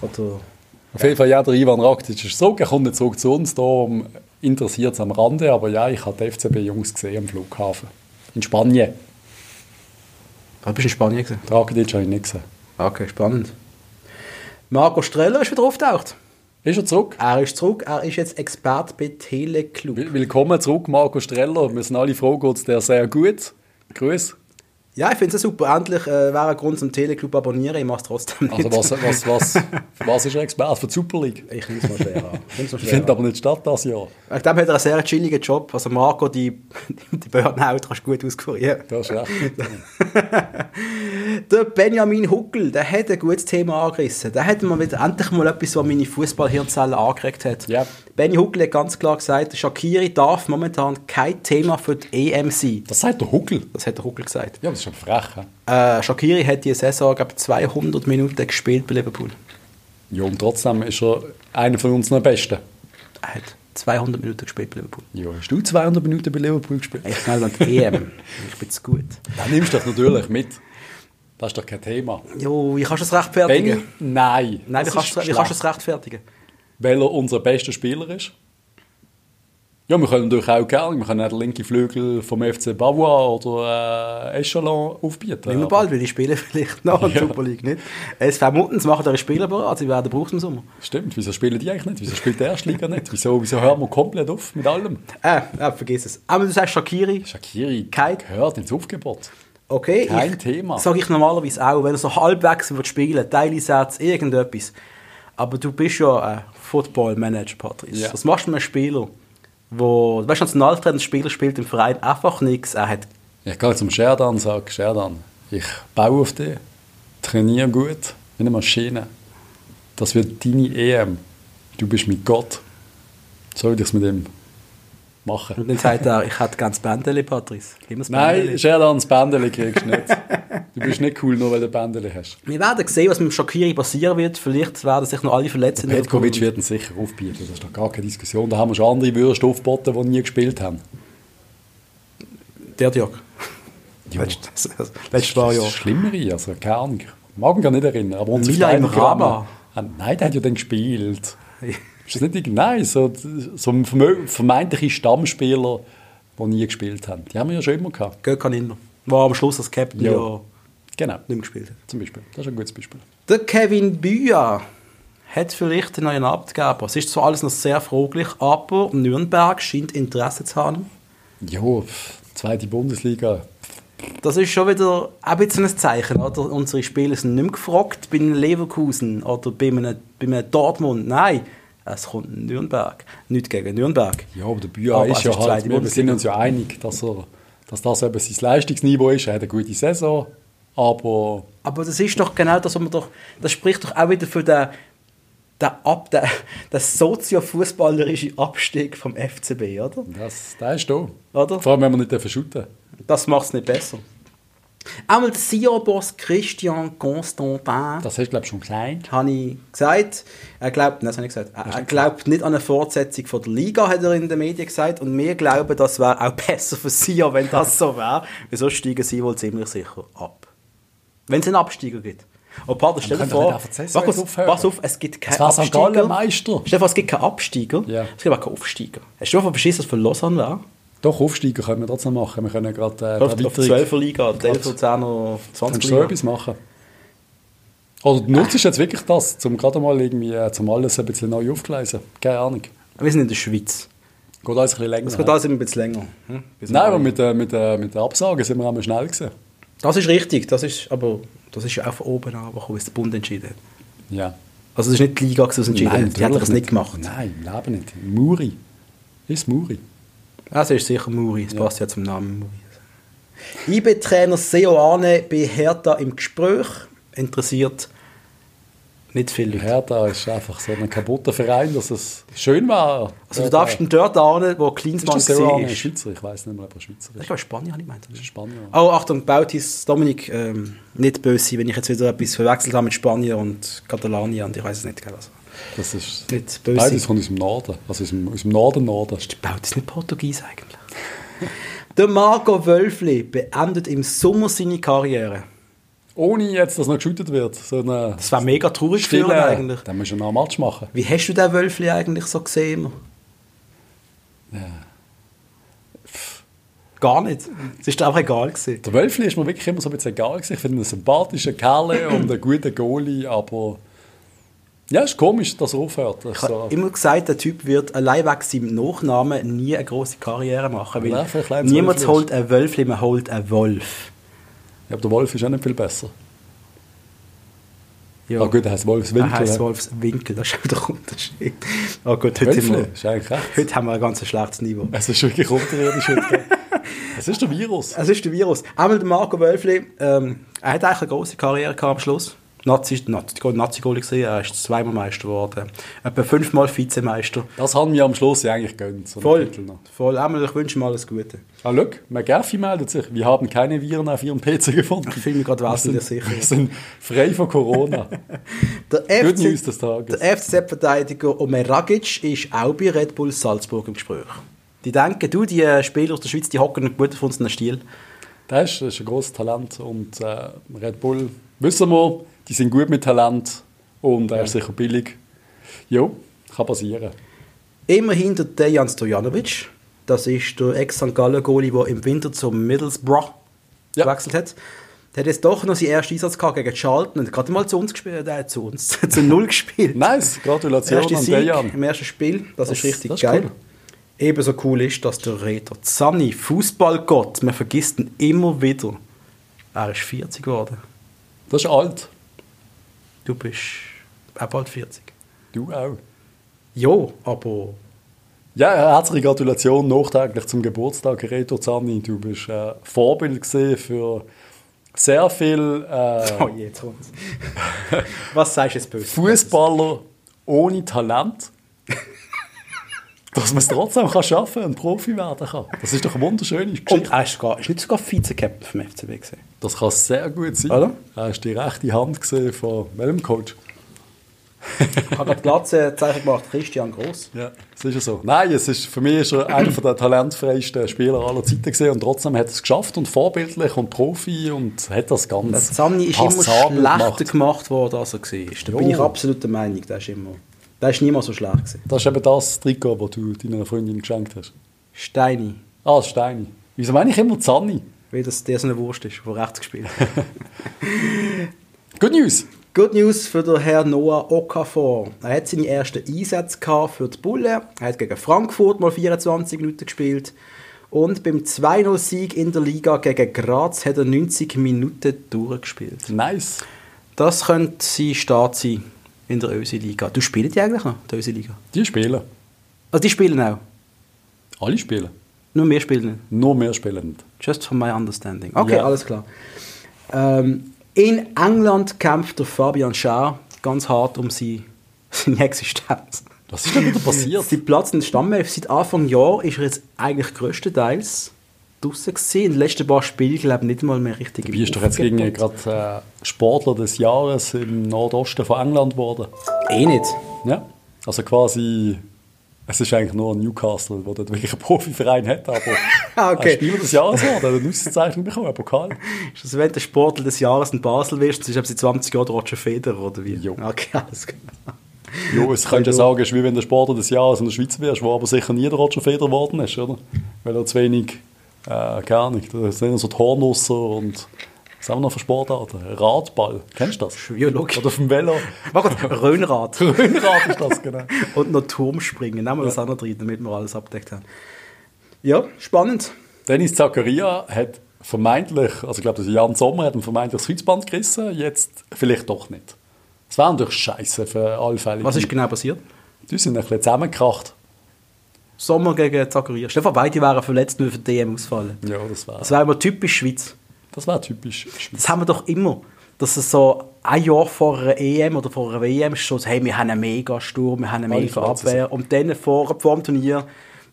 Oder
Auf jeden Fall, ja, der Ivan Rakitic ist zurück, er kommt nicht zurück zu uns, darum interessiert es am Rande, aber ja, ich habe die FCB-Jungs gesehen am Flughafen. In Spanien.
Ah, du bist in Spanien gewesen.
Den Rakitic habe ich nicht gesehen.
Okay, spannend. Marco Streller ist wieder aufgetaucht.
Ist er zurück?
Er ist zurück, er ist jetzt Experte bei Teleclub.
Will- Willkommen zurück, Marco Streller. Wir sind alle froh, geht's dir sehr gut. Grüß.
Ja, ich finde es super. Endlich äh, wäre ein Grund zum Teleclub abonnieren. Ich mache es trotzdem nicht.
Also was, was, was, für was ist er Experte? Für die Super League?
Ich nehme es mal schwer an. Ich nehm's mal
Ich
schwer
finde
an.
aber nicht statt das Jahr.
Ich glaube, er hat einen sehr chilligen Job. Also Marco, die, die Burnout kannst du gut auskurieren.
Das ist recht.
Der Benjamin Huckel, der hat ein gutes Thema angerissen. Der hat mal wieder, endlich mal etwas, was meine Fußballhirnzellen angeregt hat.
Ja.
Benny Huckel hat ganz klar gesagt, Shakiri darf momentan kein Thema für die EM sein.
Das sagt der Huckel.
Das hat der Huckel gesagt.
Ja, das ist schon frech. hä?
Äh, Shakiri hat diese Saison glaube ich, 200 Minuten gespielt bei Liverpool.
Ja, und trotzdem ist er einer von unseren Besten.
Er hat 200 Minuten gespielt bei Liverpool.
Ja, hast du 200 Minuten bei Liverpool gespielt?
Ich schnell an die EM. Ich bin zu gut.
Dann nimmst du dich natürlich mit. Das ist doch kein Thema.
Jo, wie kannst du es rechtfertigen?
Benny? Nein.
Nein, wie
Das
kannst,
ist
du- wie kannst du
schlecht.
es rechtfertigen?
Weil er unser bester Spieler ist. Ja, wir können natürlich auch gerne, wir können auch den linken Flügel vom FC Bavois oder äh, Echelon aufbieten.
Nicht mehr
Aber
bald, weil die spielen vielleicht noch in der
Ja.
Super League nicht. SV Muttens machen da einen Spieler bereit, sie werden gebraucht im Sommer.
Stimmt, wieso spielen die eigentlich nicht? Wieso spielt die Erstliga nicht? Wieso, wieso hören wir komplett auf mit allem?
Äh, äh vergiss es. Aber du sagst Shakiri,
Shakiri
Kein-
gehört ins Aufgebot.
okay.
Kein
ich,
Thema.
Sag ich normalerweise auch, wenn er so halbwegs wird spielen, Teileinsatz, irgendetwas. Aber du bist ja ein Football Manager, Patrice.
Ja.
Was machst du mit einem Spieler, wo, weißt du, Nationaltrainer, ein Spieler spielt im Verein einfach nichts, er hat
Ich gehe zum Sherdan und sage, Sherdan, ich baue auf dich, trainiere gut, wie eine Maschine. Das wird deine EM. Du bist mit Gott. Soll ich es mit ihm machen?
und dann sagt er, ich hätte ganz Bändeli, Patrice. Gib mir das
Nein,
Bändeli.
Sherdan, das Bändeli kriegst du nicht. Du bist nicht cool, nur weil du ein Bändeli hast.
Wir werden sehen, was mit Shakiri passieren wird. Vielleicht werden sich noch alle verletzen.
Petkovic wird ihn sicher aufbieten, das ist doch gar keine Diskussion. Da haben wir schon andere Würste aufgeboten, die nie gespielt haben.
Der Diog.
Ja.
Letztes, letztes Jahr, ja.
Das ist Schlimmere, also keine Ahnung. Ich mag mich gar nicht erinnern. Aber uns
Mila im Rama.
Nein, der hat ja dann gespielt. Ist das nicht irgendwie- nein, so, so ein vermö- vermeintliche Stammspieler, die nie gespielt haben. Die haben wir ja schon immer gehabt.
Gökhan Inner. War am Schluss als Captain ja, nicht
Genau,
mehr gespielt hat.
zum Beispiel. Das ist ein gutes Beispiel.
Der Kevin Büya hat vielleicht einen neuen Abgeber. Es ist zwar alles noch sehr fraglich, aber Nürnberg scheint Interesse zu haben.
Ja, pff, zweite Bundesliga.
Das ist schon wieder ein bisschen ein Zeichen. Oder? Unsere Spieler sind nicht mehr gefragt bei einem Leverkusen oder bei einem, bei einem Dortmund. Nein, es kommt Nürnberg. Nicht gegen Nürnberg.
Ja, aber der Bühler
Aber
ist
es
ja
ist die
halt,
Oh, also zweite
wir sind
Bundesliga.
uns ja einig, dass, er, dass das eben sein Leistungsniveau ist. Er hat eine gute Saison, aber
Aber das ist doch genau das, was man doch. Das spricht doch auch wieder für den, den, Ab, den, den soziofußballerischen Abstieg vom FCB, oder?
das, der ist da.
Oder?
Vor allem, wenn wir nicht verschütten dürfen.
Das macht es nicht besser. Einmal der Sion-Boss Christian Constantin,
Das hast du, glaube ich, schon klein.
habe ich gesagt. Er glaubt, nein, das habe ich gesagt. Er, er glaubt nicht an eine Fortsetzung von der Liga, hat er in den Medien gesagt. Und wir glauben, das wäre auch besser für Sion, wenn das so wäre. Wieso steigen sie wohl ziemlich sicher ab? Wenn es einen Absteiger gibt. Oh, Pater, stell dir
kann doch
vor,
nicht auf die Saison
Markus,
jetzt aufhören.
pass auf, es gibt keinen
Es war St. Gallen Meister.
Stell dir vor, es gibt keinen Absteiger,
Ja.
es gibt auch keinen Aufsteiger. Hast du schon mal beschissen, dass es für Lausanne wäre?
Doch, Aufsteiger können wir trotzdem machen. Wir können gerade äh,
Auf die
Erweiterung-
12er Liga, 11er, 10er,
Kannst
20er
du so
Liga.
etwas machen? Oder du nutzt jetzt wirklich das, um gerade mal irgendwie, äh, zum alles ein bisschen neu aufgleisen? Keine Ahnung. Geht
Wir sind in der Schweiz.
alles ein bisschen länger.
Das geht alles immer ein bisschen länger. Hm? Bis
Nein, aber
morgen.
mit, äh, mit, äh, mit der Absage sind wir einmal schnell gewesen.
Das ist richtig, das ist, aber das ist ja auch von oben an, weil es der Bund entschieden hat.
Ja.
Also das ist nicht die Liga, die es entschieden hat. Die hat
natürlich
das nicht gemacht.
Nein, im Leben nicht. Muri. Ist Muri.
Also ist sicher Muri, das passt ja zum Namen Muri. IB-Trainer Seoane bei Hertha im Gespräch interessiert Nicht viele Leute.
Hertha ist einfach so ein kaputter Verein, dass es schön war.
Also du darfst ihn dort hin, wo Klinsmann
Ist das der
war.
Rane?
Ich
Schweizer? Ich weiß nicht mehr, ob er Schweizer ist.
glaube, Spanien habe ich gemeint.
Spanier.
Oh, Achtung, Bautis, Dominik, ähm, nicht böse sein, wenn ich jetzt wieder etwas verwechselt habe mit Spanien und Katalonien und ich weiß es nicht. gell, Also,
Das ist
nicht böse.
beides kommt aus dem Norden. Also aus dem, aus dem Norden Norden.
Bautis nicht Portugies eigentlich. Der Marco Wölfli beendet im Sommer seine Karriere.
Ohne jetzt, dass noch geschüttet wird. So eine
Das war mega traurig für ihn äh,
Stille.
eigentlich.
Dann musst du noch einen Match machen.
Wie hast du den Wölfli eigentlich so gesehen? immer? Gar nicht. Es ist dir einfach egal gewesen.
Der Wölfli ist mir wirklich immer so ein bisschen egal gewesen. Ich finde ihn einen sympathischen Kerl und einen guten Goalie, aber ja, ist komisch, dass er aufhört. Das
Ich
ist
habe
so-
immer gesagt, der Typ wird allein wegen seinem Nachnamen nie eine große Karriere machen, weil
Nein, vielleicht leider ein
niemand
Wölfli ist.
holt ein Wölfli, man holt einen Wolf.
Ja, aber der Wolf ist auch nicht viel besser.
Ja,
Ah, gut, er heißt Wolfswinkel.
Er heisst
ja.
Wolfswinkel, das ist auch der Unterschied. Ah gut, heute, sind
Wölfli
wir,
ist eigentlich recht.
heute haben wir ein ganz schlechtes Niveau.
Es ist wirklich unterirdisch heute. gell? Es ist der Virus.
Es ist der Virus. Einmal der Marco Wölfli, ähm, er hat eigentlich eine große Karriere gehabt am Schluss. Nazi, Nazi, Nazi gesehen, er ist zweimal Meister geworden. Etwa fünfmal Vizemeister.
Das haben wir am Schluss ja eigentlich gönnt. So einen
Voll,
Titel noch.
voll. Einmal, ich wünsche ihm alles Gute.
Ah, schau, McGaffey meldet sich. Wir haben keine Viren auf ihrem PC gefunden.
Ich fühle mich gerade wesentlich
sind-
sicherer.
Wir sind frei von Corona.
Der
Good
FC
News des Tages.
Der FCZ-Verteidiger Omer Ragic ist auch bei Red Bull Salzburg im Gespräch. Die denken, du, die äh, Spieler aus der Schweiz, die hocken gut auf unseren Stil.
Der ist, ist ein großes Talent und äh, Red Bull, wissen wir, die sind gut mit Talent und er ist sicher billig. Jo, kann passieren.
Immerhin der Dejan Stojanovic. Das ist der Ex-St. Gallen-Goalie, der im Winter zum Middlesbrough
Ja.
gewechselt hat. Der hat jetzt doch noch seinen ersten Einsatz gehabt gegen Charlton und gerade mal zu uns gespielt. Äh, zu uns, zu Null gespielt.
Nice,
Der
Gratulation
erste
an
Sieg
Dejan.
im ersten Spiel, das,
Das-
ist richtig
das ist
geil.
cool.
Ebenso cool ist, dass der Reto Zanni, Fußballgott, man vergisst ihn immer wieder. Er ist 40 geworden.
Das ist alt.
Du bist auch bald 40.
Du auch.
Jo, aber
Ja, herzliche Gratulation nachträglich zum Geburtstag, Reto Zanni. Du bist äh, Vorbild gewesen für sehr viele äh,
oh, jetzt kommt's. Was sagst du jetzt böse?
Fußballer ohne Talent. Dass man es trotzdem kann schaffen kann und Profi werden kann. Das ist doch eine wunderschöne Geschichte.
Und er Ah, ist, gar, ist nicht sogar Vize-Captain vom FCB gewesen.
Das kann sehr gut sein.
Oder?
Er ist die rechte Hand gesehen von welchem Coach?
Ich habe gerade Glatze Zeichen gemacht, Christian Gross.
Ja. Das ist ja so. Nein, es ist, für mich ist er einer der talentfreiesten Spieler aller Zeiten gesehen und trotzdem hat er es geschafft und vorbildlich und Profi und hat das
Der
Ganze
Zanni ist immer schlechter
passabel gemacht.
gemacht worden, als er war. Da bin
Jo.
ich absolut der Meinung, der ist immer... Der ist niemals so schlecht gewesen.
Das ist eben das Trikot, das du deiner Freundin geschenkt hast.
Steini.
Ah, das Steini. Wieso meine ich immer Zanni?
Weil das der so eine Wurst ist, von rechts gespielt.
Good News!
Good News für den Herrn Noah Okafor. Er hat seine ersten Einsätze gehabt für die Bullen. Er hat gegen Frankfurt mal 24 Minuten gespielt. Und beim 2-0-Sieg in der Liga gegen Graz hat er 90 Minuten durchgespielt.
Nice.
Das könnte sein Start sein in der Ösi-Liga. Du spielst die eigentlich noch, die Ösi-Liga?
Die spielen.
Also die spielen auch.
Alle spielen.
Nur wir spielen nicht.
Nur mehr spielen. nicht.
Just from my understanding. Okay,
Ja.
alles klar. Ähm, in England kämpft der Fabian Schär ganz hart um sie, seine Existenz.
Was ist denn wieder passiert?
Sein Platz in der Stammelf seit Anfang Jahr ist er jetzt eigentlich größtenteils draußen gesehen. In den letzten paar Spielen glaube ich nicht mal mehr richtig. im
Wie ist doch jetzt
Aufgebot.
gegen gerade äh, Sportler des Jahres im Nordosten von England geworden?
Eh nicht.
Ja. Also quasi, es ist eigentlich nur Newcastle, wo dort wirklich einen Profiverein hat, aber
Ah, okay.
ein Spieler des Jahres war, der hat eine Auszeichnung bekommen, einen Pokal.
Ist das, wenn du Sportler des Jahres in Basel wirst, das ist ab seit 20 Jahren Roger Federer oder wie?
Jo.
Okay, alles klar.
Jo, es könnte ja sagen, es ist wie wenn der Sportler des Jahres in der Schweiz wärst, wo aber sicher nie der Roger Feder geworden ist, oder? Weil er zu wenig, äh, keine Ahnung, das sind so die Hornusser und was haben wir noch für Sportarten? Radball, kennst du das?
Ja, logisch.
Oder auf dem Velo.
Mach gut, Röhnrad.
Grünrad ist das, genau.
Und noch Turmspringen. Nehmen wir das auch noch rein, damit wir alles abgedeckt haben. Ja, spannend.
Dennis Zakaria hat vermeintlich, also ich glaube, das Jan Sommer hat ihm vermeintlich das Kreuzband gerissen, jetzt vielleicht doch nicht. Das wäre natürlich scheiße für alle Fälle.
Was ist genau passiert?
Die sind ein bisschen zusammengekracht.
Sommer gegen Zakaria. Stefan, beide wären verletzt, nur für DM ausfallen.
Ja, das wäre.
Das wäre immer typisch Schweiz.
Also, Das wäre typisch Schweiz.
Das haben wir doch immer. Dass es so ein Jahr vor einer EM oder vor einer WM ist schon so, hey, wir haben einen Mega-Sturm, wir haben eine
Alle verletzen
Mega-Abwehr. Und dann vor, vor dem Turnier,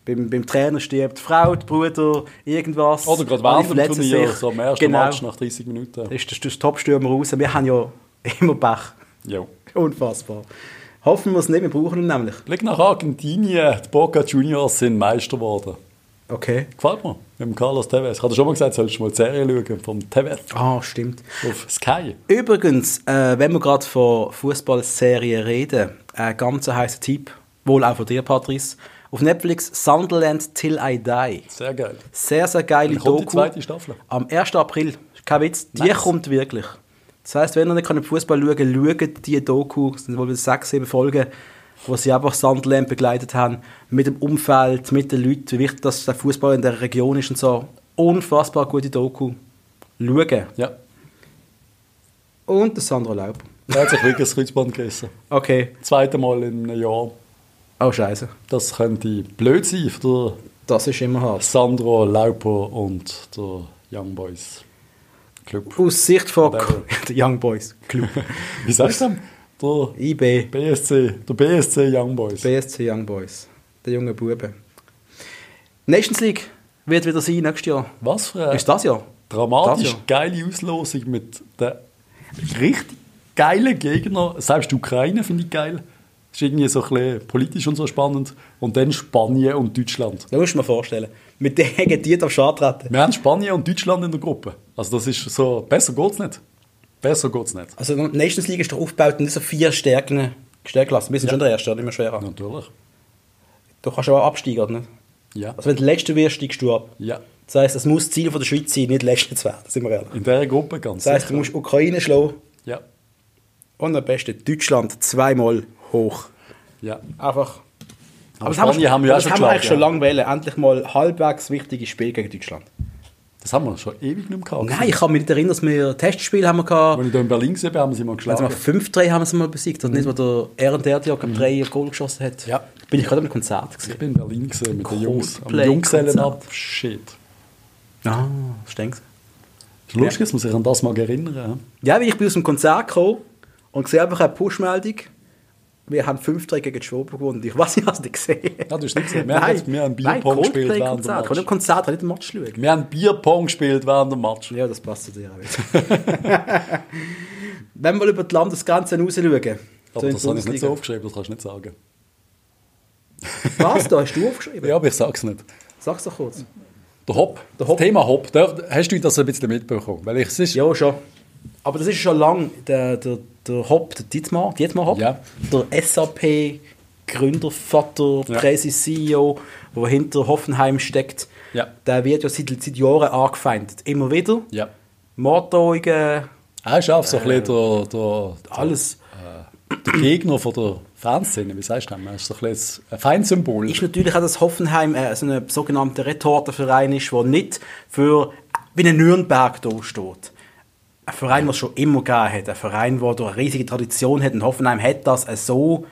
beim, beim Trainer stirbt die Frau, der Bruder, irgendwas.
Oder gerade
Alle
während dem
verletzen
Turnier,
sich.
so am ersten
genau.
Match nach 30 Minuten.
Da ist der- der Top-Stürmer raus. Wir haben ja immer Pech.
Ja.
Unfassbar. Hoffen wir es nicht, wir brauchen ihn nämlich.
Blick nach Argentinien. Die Boca Juniors sind Meister geworden.
Okay.
Gefällt mir. Mit dem Carlos Tevez. Ich hatte schon mal gesagt, sollst du mal die Serie schauen vom Tevez
Ah, stimmt.
auf Sky.
Übrigens, äh, wenn wir gerade von Fußballserien reden, ein ganz heißer Tipp, wohl auch von dir, Patrice, auf Netflix Sunderland Till I Die.
Sehr geil.
Sehr, sehr geile
Wann kommt die
Doku.
zweite Staffel?
Am 1. April. Kein Witz, die
Nice.
kommt wirklich. Das heisst, wenn ihr nicht könnt Fußball schauen könnt, schaut die Doku. Es sind wohl wieder sechs, sieben Folgen, wo sie einfach Sunderland begleitet haben. Mit dem Umfeld, mit den Leuten, wie wichtig dass der Fußball in der Region ist und so. Unfassbar gute Doku. Schauen.
Ja.
Und der Sandra Laub.
Er hat sich wirklich das Kreuzband gerissen.
Okay.
Zweite Mal in einem Jahr.
Oh, Scheiße.
Das könnte blöd sein für
Das ist immer
den
hart.
Sandro Laupo und der Young Boys Club.
Aus Sicht von
Whatever.
der Young Boys Club.
Wie sagst du das? Der
IB.
BSC, der BSC Young Boys.
BSC Young Boys. Der junge Bube. Nations League wird wieder sein nächstes Jahr.
Was für eine
Ist das ja?
dramatisch
Das ja.
geile Auslosung mit den richtig geilen Gegnern. Selbst die Ukraine finde ich geil. Ist irgendwie so ein bisschen politisch und so spannend. Und dann Spanien und Deutschland.
Da musst du mir vorstellen. Mit denen die am Start treten.
Wir haben Spanien und Deutschland in der Gruppe. Also das ist so, besser geht's nicht. Besser geht's nicht.
Also die Nations League ist doch aufgebaut und so vier Stärken gestärkt lassen. Wir sind schon der Erste, oder? Immer schwer an.
Natürlich.
Du kannst aber auch absteigen, oder nicht?
Ja.
Also wenn du der Letzte wirst, steigst du ab.
Ja.
Das heisst, es muss das Ziel von der Schweiz sein, nicht Letzte zu werden, sind wir ehrlich.
In dieser Gruppe ganz
Das heisst, du
sicher.
musst Ukraine schlagen
Ja.
und am besten Deutschland zweimal hoch.
ja.
Einfach.
Aber Spanien haben wir ja
das
schon
haben wir
geschlagen,
eigentlich schon
ja.
lange wählen. Endlich mal halbwegs wichtiges Spiel gegen Deutschland.
Das haben wir schon ewig nicht mehr gehabt.
Oh Nein, ich kann mich nicht erinnern, dass wir Testspiel haben wir gehabt.
Als ich hier in Berlin gesehen bin, haben wir sie mal
Also mal
geschlagen.
5-3 haben wir sie mal besiegt. Und nicht, wo der R&R Diog am 3 ein Goal geschossen hat.
Ja.
Bin ich gerade am Konzert
Ich
gesehen.
bin in Berlin gesehen mit den Jungs. Am
Coldplay
Junggesellenabschied.
Ah, stinkt's.
Ist lustig, dass man sich an das mal erinnern.
Ja, weil ich bin aus dem Konzert gekommen und sehe einfach eine Push-Meldung. Wir haben 5-3 gegen die Schwaben gewonnen. Ich weiß, ich habe es nicht gesehen.
Ja, du hast nicht gesehen. Wir haben jetzt- wir haben
Nein,
Bierpong gespielt
Coldplay
während dem
Konzert.
Match.
Ich kann nicht im Konzert, ich kann nicht im Match schauen.
Wir haben Bierpong gespielt während dem Match.
Ja, das passt zu dir auch wieder. Wenn wir mal über die Landesgrenzen raus schauen. so
Aber
in
das
die
habe ich nicht
Bundesliga.
so aufgeschrieben, das kannst du nicht sagen.
Was? Da hast du aufgeschrieben?
Ja, aber ich sag's nicht.
Sag's doch kurz.
Der Hopp.
Der Hopp.
Das Thema Hopp. Darf- Hast du das ein bisschen mitbekommen? Weil ich, es ist,
Ja, schon. Aber das ist schon lang der, der, der Hopp, der Dietmar, Dietmar Hopp,
Ja.
der SAP Gründervater,
Ja.
Präsi CEO, der hinter Hoffenheim steckt,
Ja.
der wird ja seit, seit Jahren angefeindet. Immer wieder.
ja.
Morddrohungen,
Er ist auch so ein
Äh.
bisschen der, der,
alles.
der Gegner von der Fanszene, wie sagst du das? Er ist so ein bisschen ein Feindsymbol.
Ist natürlich auch, dass Hoffenheim äh, so ein sogenannter Retortenverein ist, der nicht für wie ein Nürnberg da steht. Ein Verein, der es schon immer gegeben hat. Ein Verein, der durch eine riesige Tradition hat. Und Hoffenheim hat das äh, so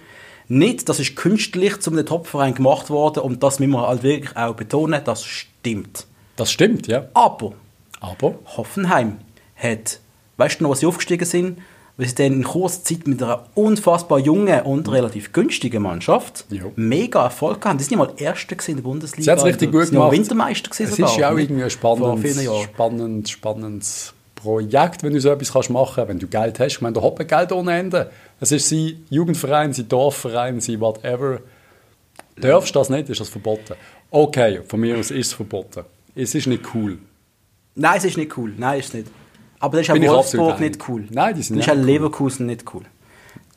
nicht. Das ist künstlich zum Topverein gemacht worden. Und das müssen wir halt wirklich auch betonen, das stimmt.
Das stimmt, ja.
Aber
Aber
Hoffenheim hat, weißt du noch, was sie aufgestiegen sind? Weil sie dann in kurzer Zeit mit einer unfassbar jungen und relativ günstigen Mannschaft
Ja.
mega Erfolg hatten. Die sind ja mal Erste gewesen in der Bundesliga. Also,
Sie hat's richtig gut
Sie sind ja mal
gemacht.
Wintermeister gewesen
es ist ja auch irgendwie ein
Vor vielen
spannendes,
Jahren.
spannendes, spannendes Projekt, wenn du so etwas kannst machen kannst, wenn du Geld hast. Ich meine, der Hoppe Geld ohne Ende. Es ist sein Jugendverein, sein Dorfverein, sein whatever. Darfst du das nicht, ist das verboten. Okay, von mir aus ist es verboten. Es ist nicht cool.
Nein, es ist nicht cool. Nein, ist nicht. Aber dann ist auch
Bin ich
Wolfsburg
absolut einig.
nicht cool.
Nein, die sind
Dann ist auch
nicht cool.
Leverkusen nicht cool.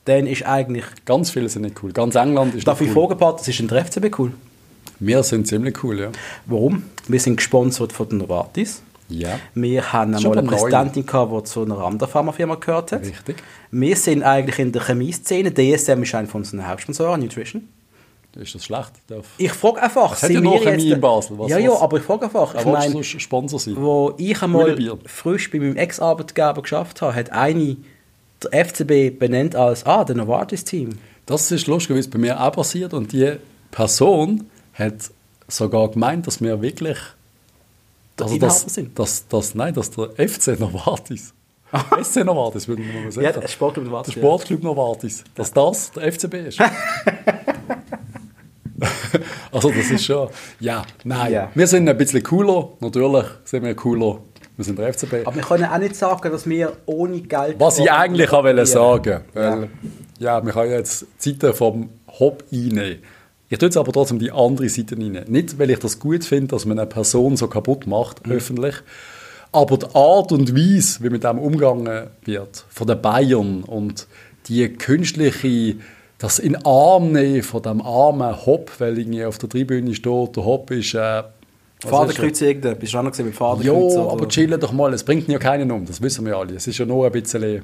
Dann ist eigentlich...
Ganz viele sind nicht cool. Ganz England ist
Darf ich
nicht cool.
fragen, Pat, das ist in der FCB cool?
Wir sind ziemlich cool, ja.
Warum? Wir sind gesponsert von der Novartis.
Ja.
Wir haben einmal
Schon
eine
beim Neuen.
Präsidentin, gehabt, die zu einer anderen Pharmafirma gehört hat.
Richtig.
Wir sind eigentlich in der Chemieszene. DSM ist einer von unseren Hauptsponsoren, Nutrition.
Ist das schlecht? Darf.
Ich frage einfach,
hat ja noch Chemie in Basel, was-
ja, ja,
was-
aber ich frage einfach. Ich
Aber willst du
meine,
sonst Sponsor sein?
wo ich einmal
Mühlebier.
frisch bei meinem Ex-Arbeitgeber geschafft habe, hat eine der FCB benannt als «Ah, der Novartis-Team».
Das ist lustig, weil es bei mir auch passiert und die Person hat sogar gemeint, dass wir wirklich Also
Inhaber
das,
sind.
das, das, nein, dass der FC Novartis, SC Novartis würden wir mal sagen.
Ja, der Sportclub Novartis,
Der
ja.
Sportclub Novartis, dass das der FCB ist. also das ist schon, ja, nein.
Ja.
Wir sind ein bisschen cooler, natürlich sind wir cooler, wir sind der FCB.
Aber wir können auch nicht sagen, dass wir ohne Geld.
Was ich eigentlich auch wollte sagen
Ja.
weil, ja, wir können ja jetzt die Seite vom Hobby einnehmen. Ich tue jetzt aber trotzdem die andere Seite rein. Nicht, weil ich das gut finde, dass man eine Person so kaputt macht, öffentlich, aber die Art und Weise, wie mit dem umgegangen wird, von den Bayern und die künstliche, das in Arm nehmen von dem armen Hopp, weil irgendwie auf der Tribüne steht, der Hopp ist... Äh, was ist er?
Fadenkreuz irgendein. Bist du auch noch gesehen mit
Ja,
Fadenkreuz? oder-
aber chillen doch mal, es bringt ja keinen um, das wissen wir alle. Es ist ja nur ein bisschen...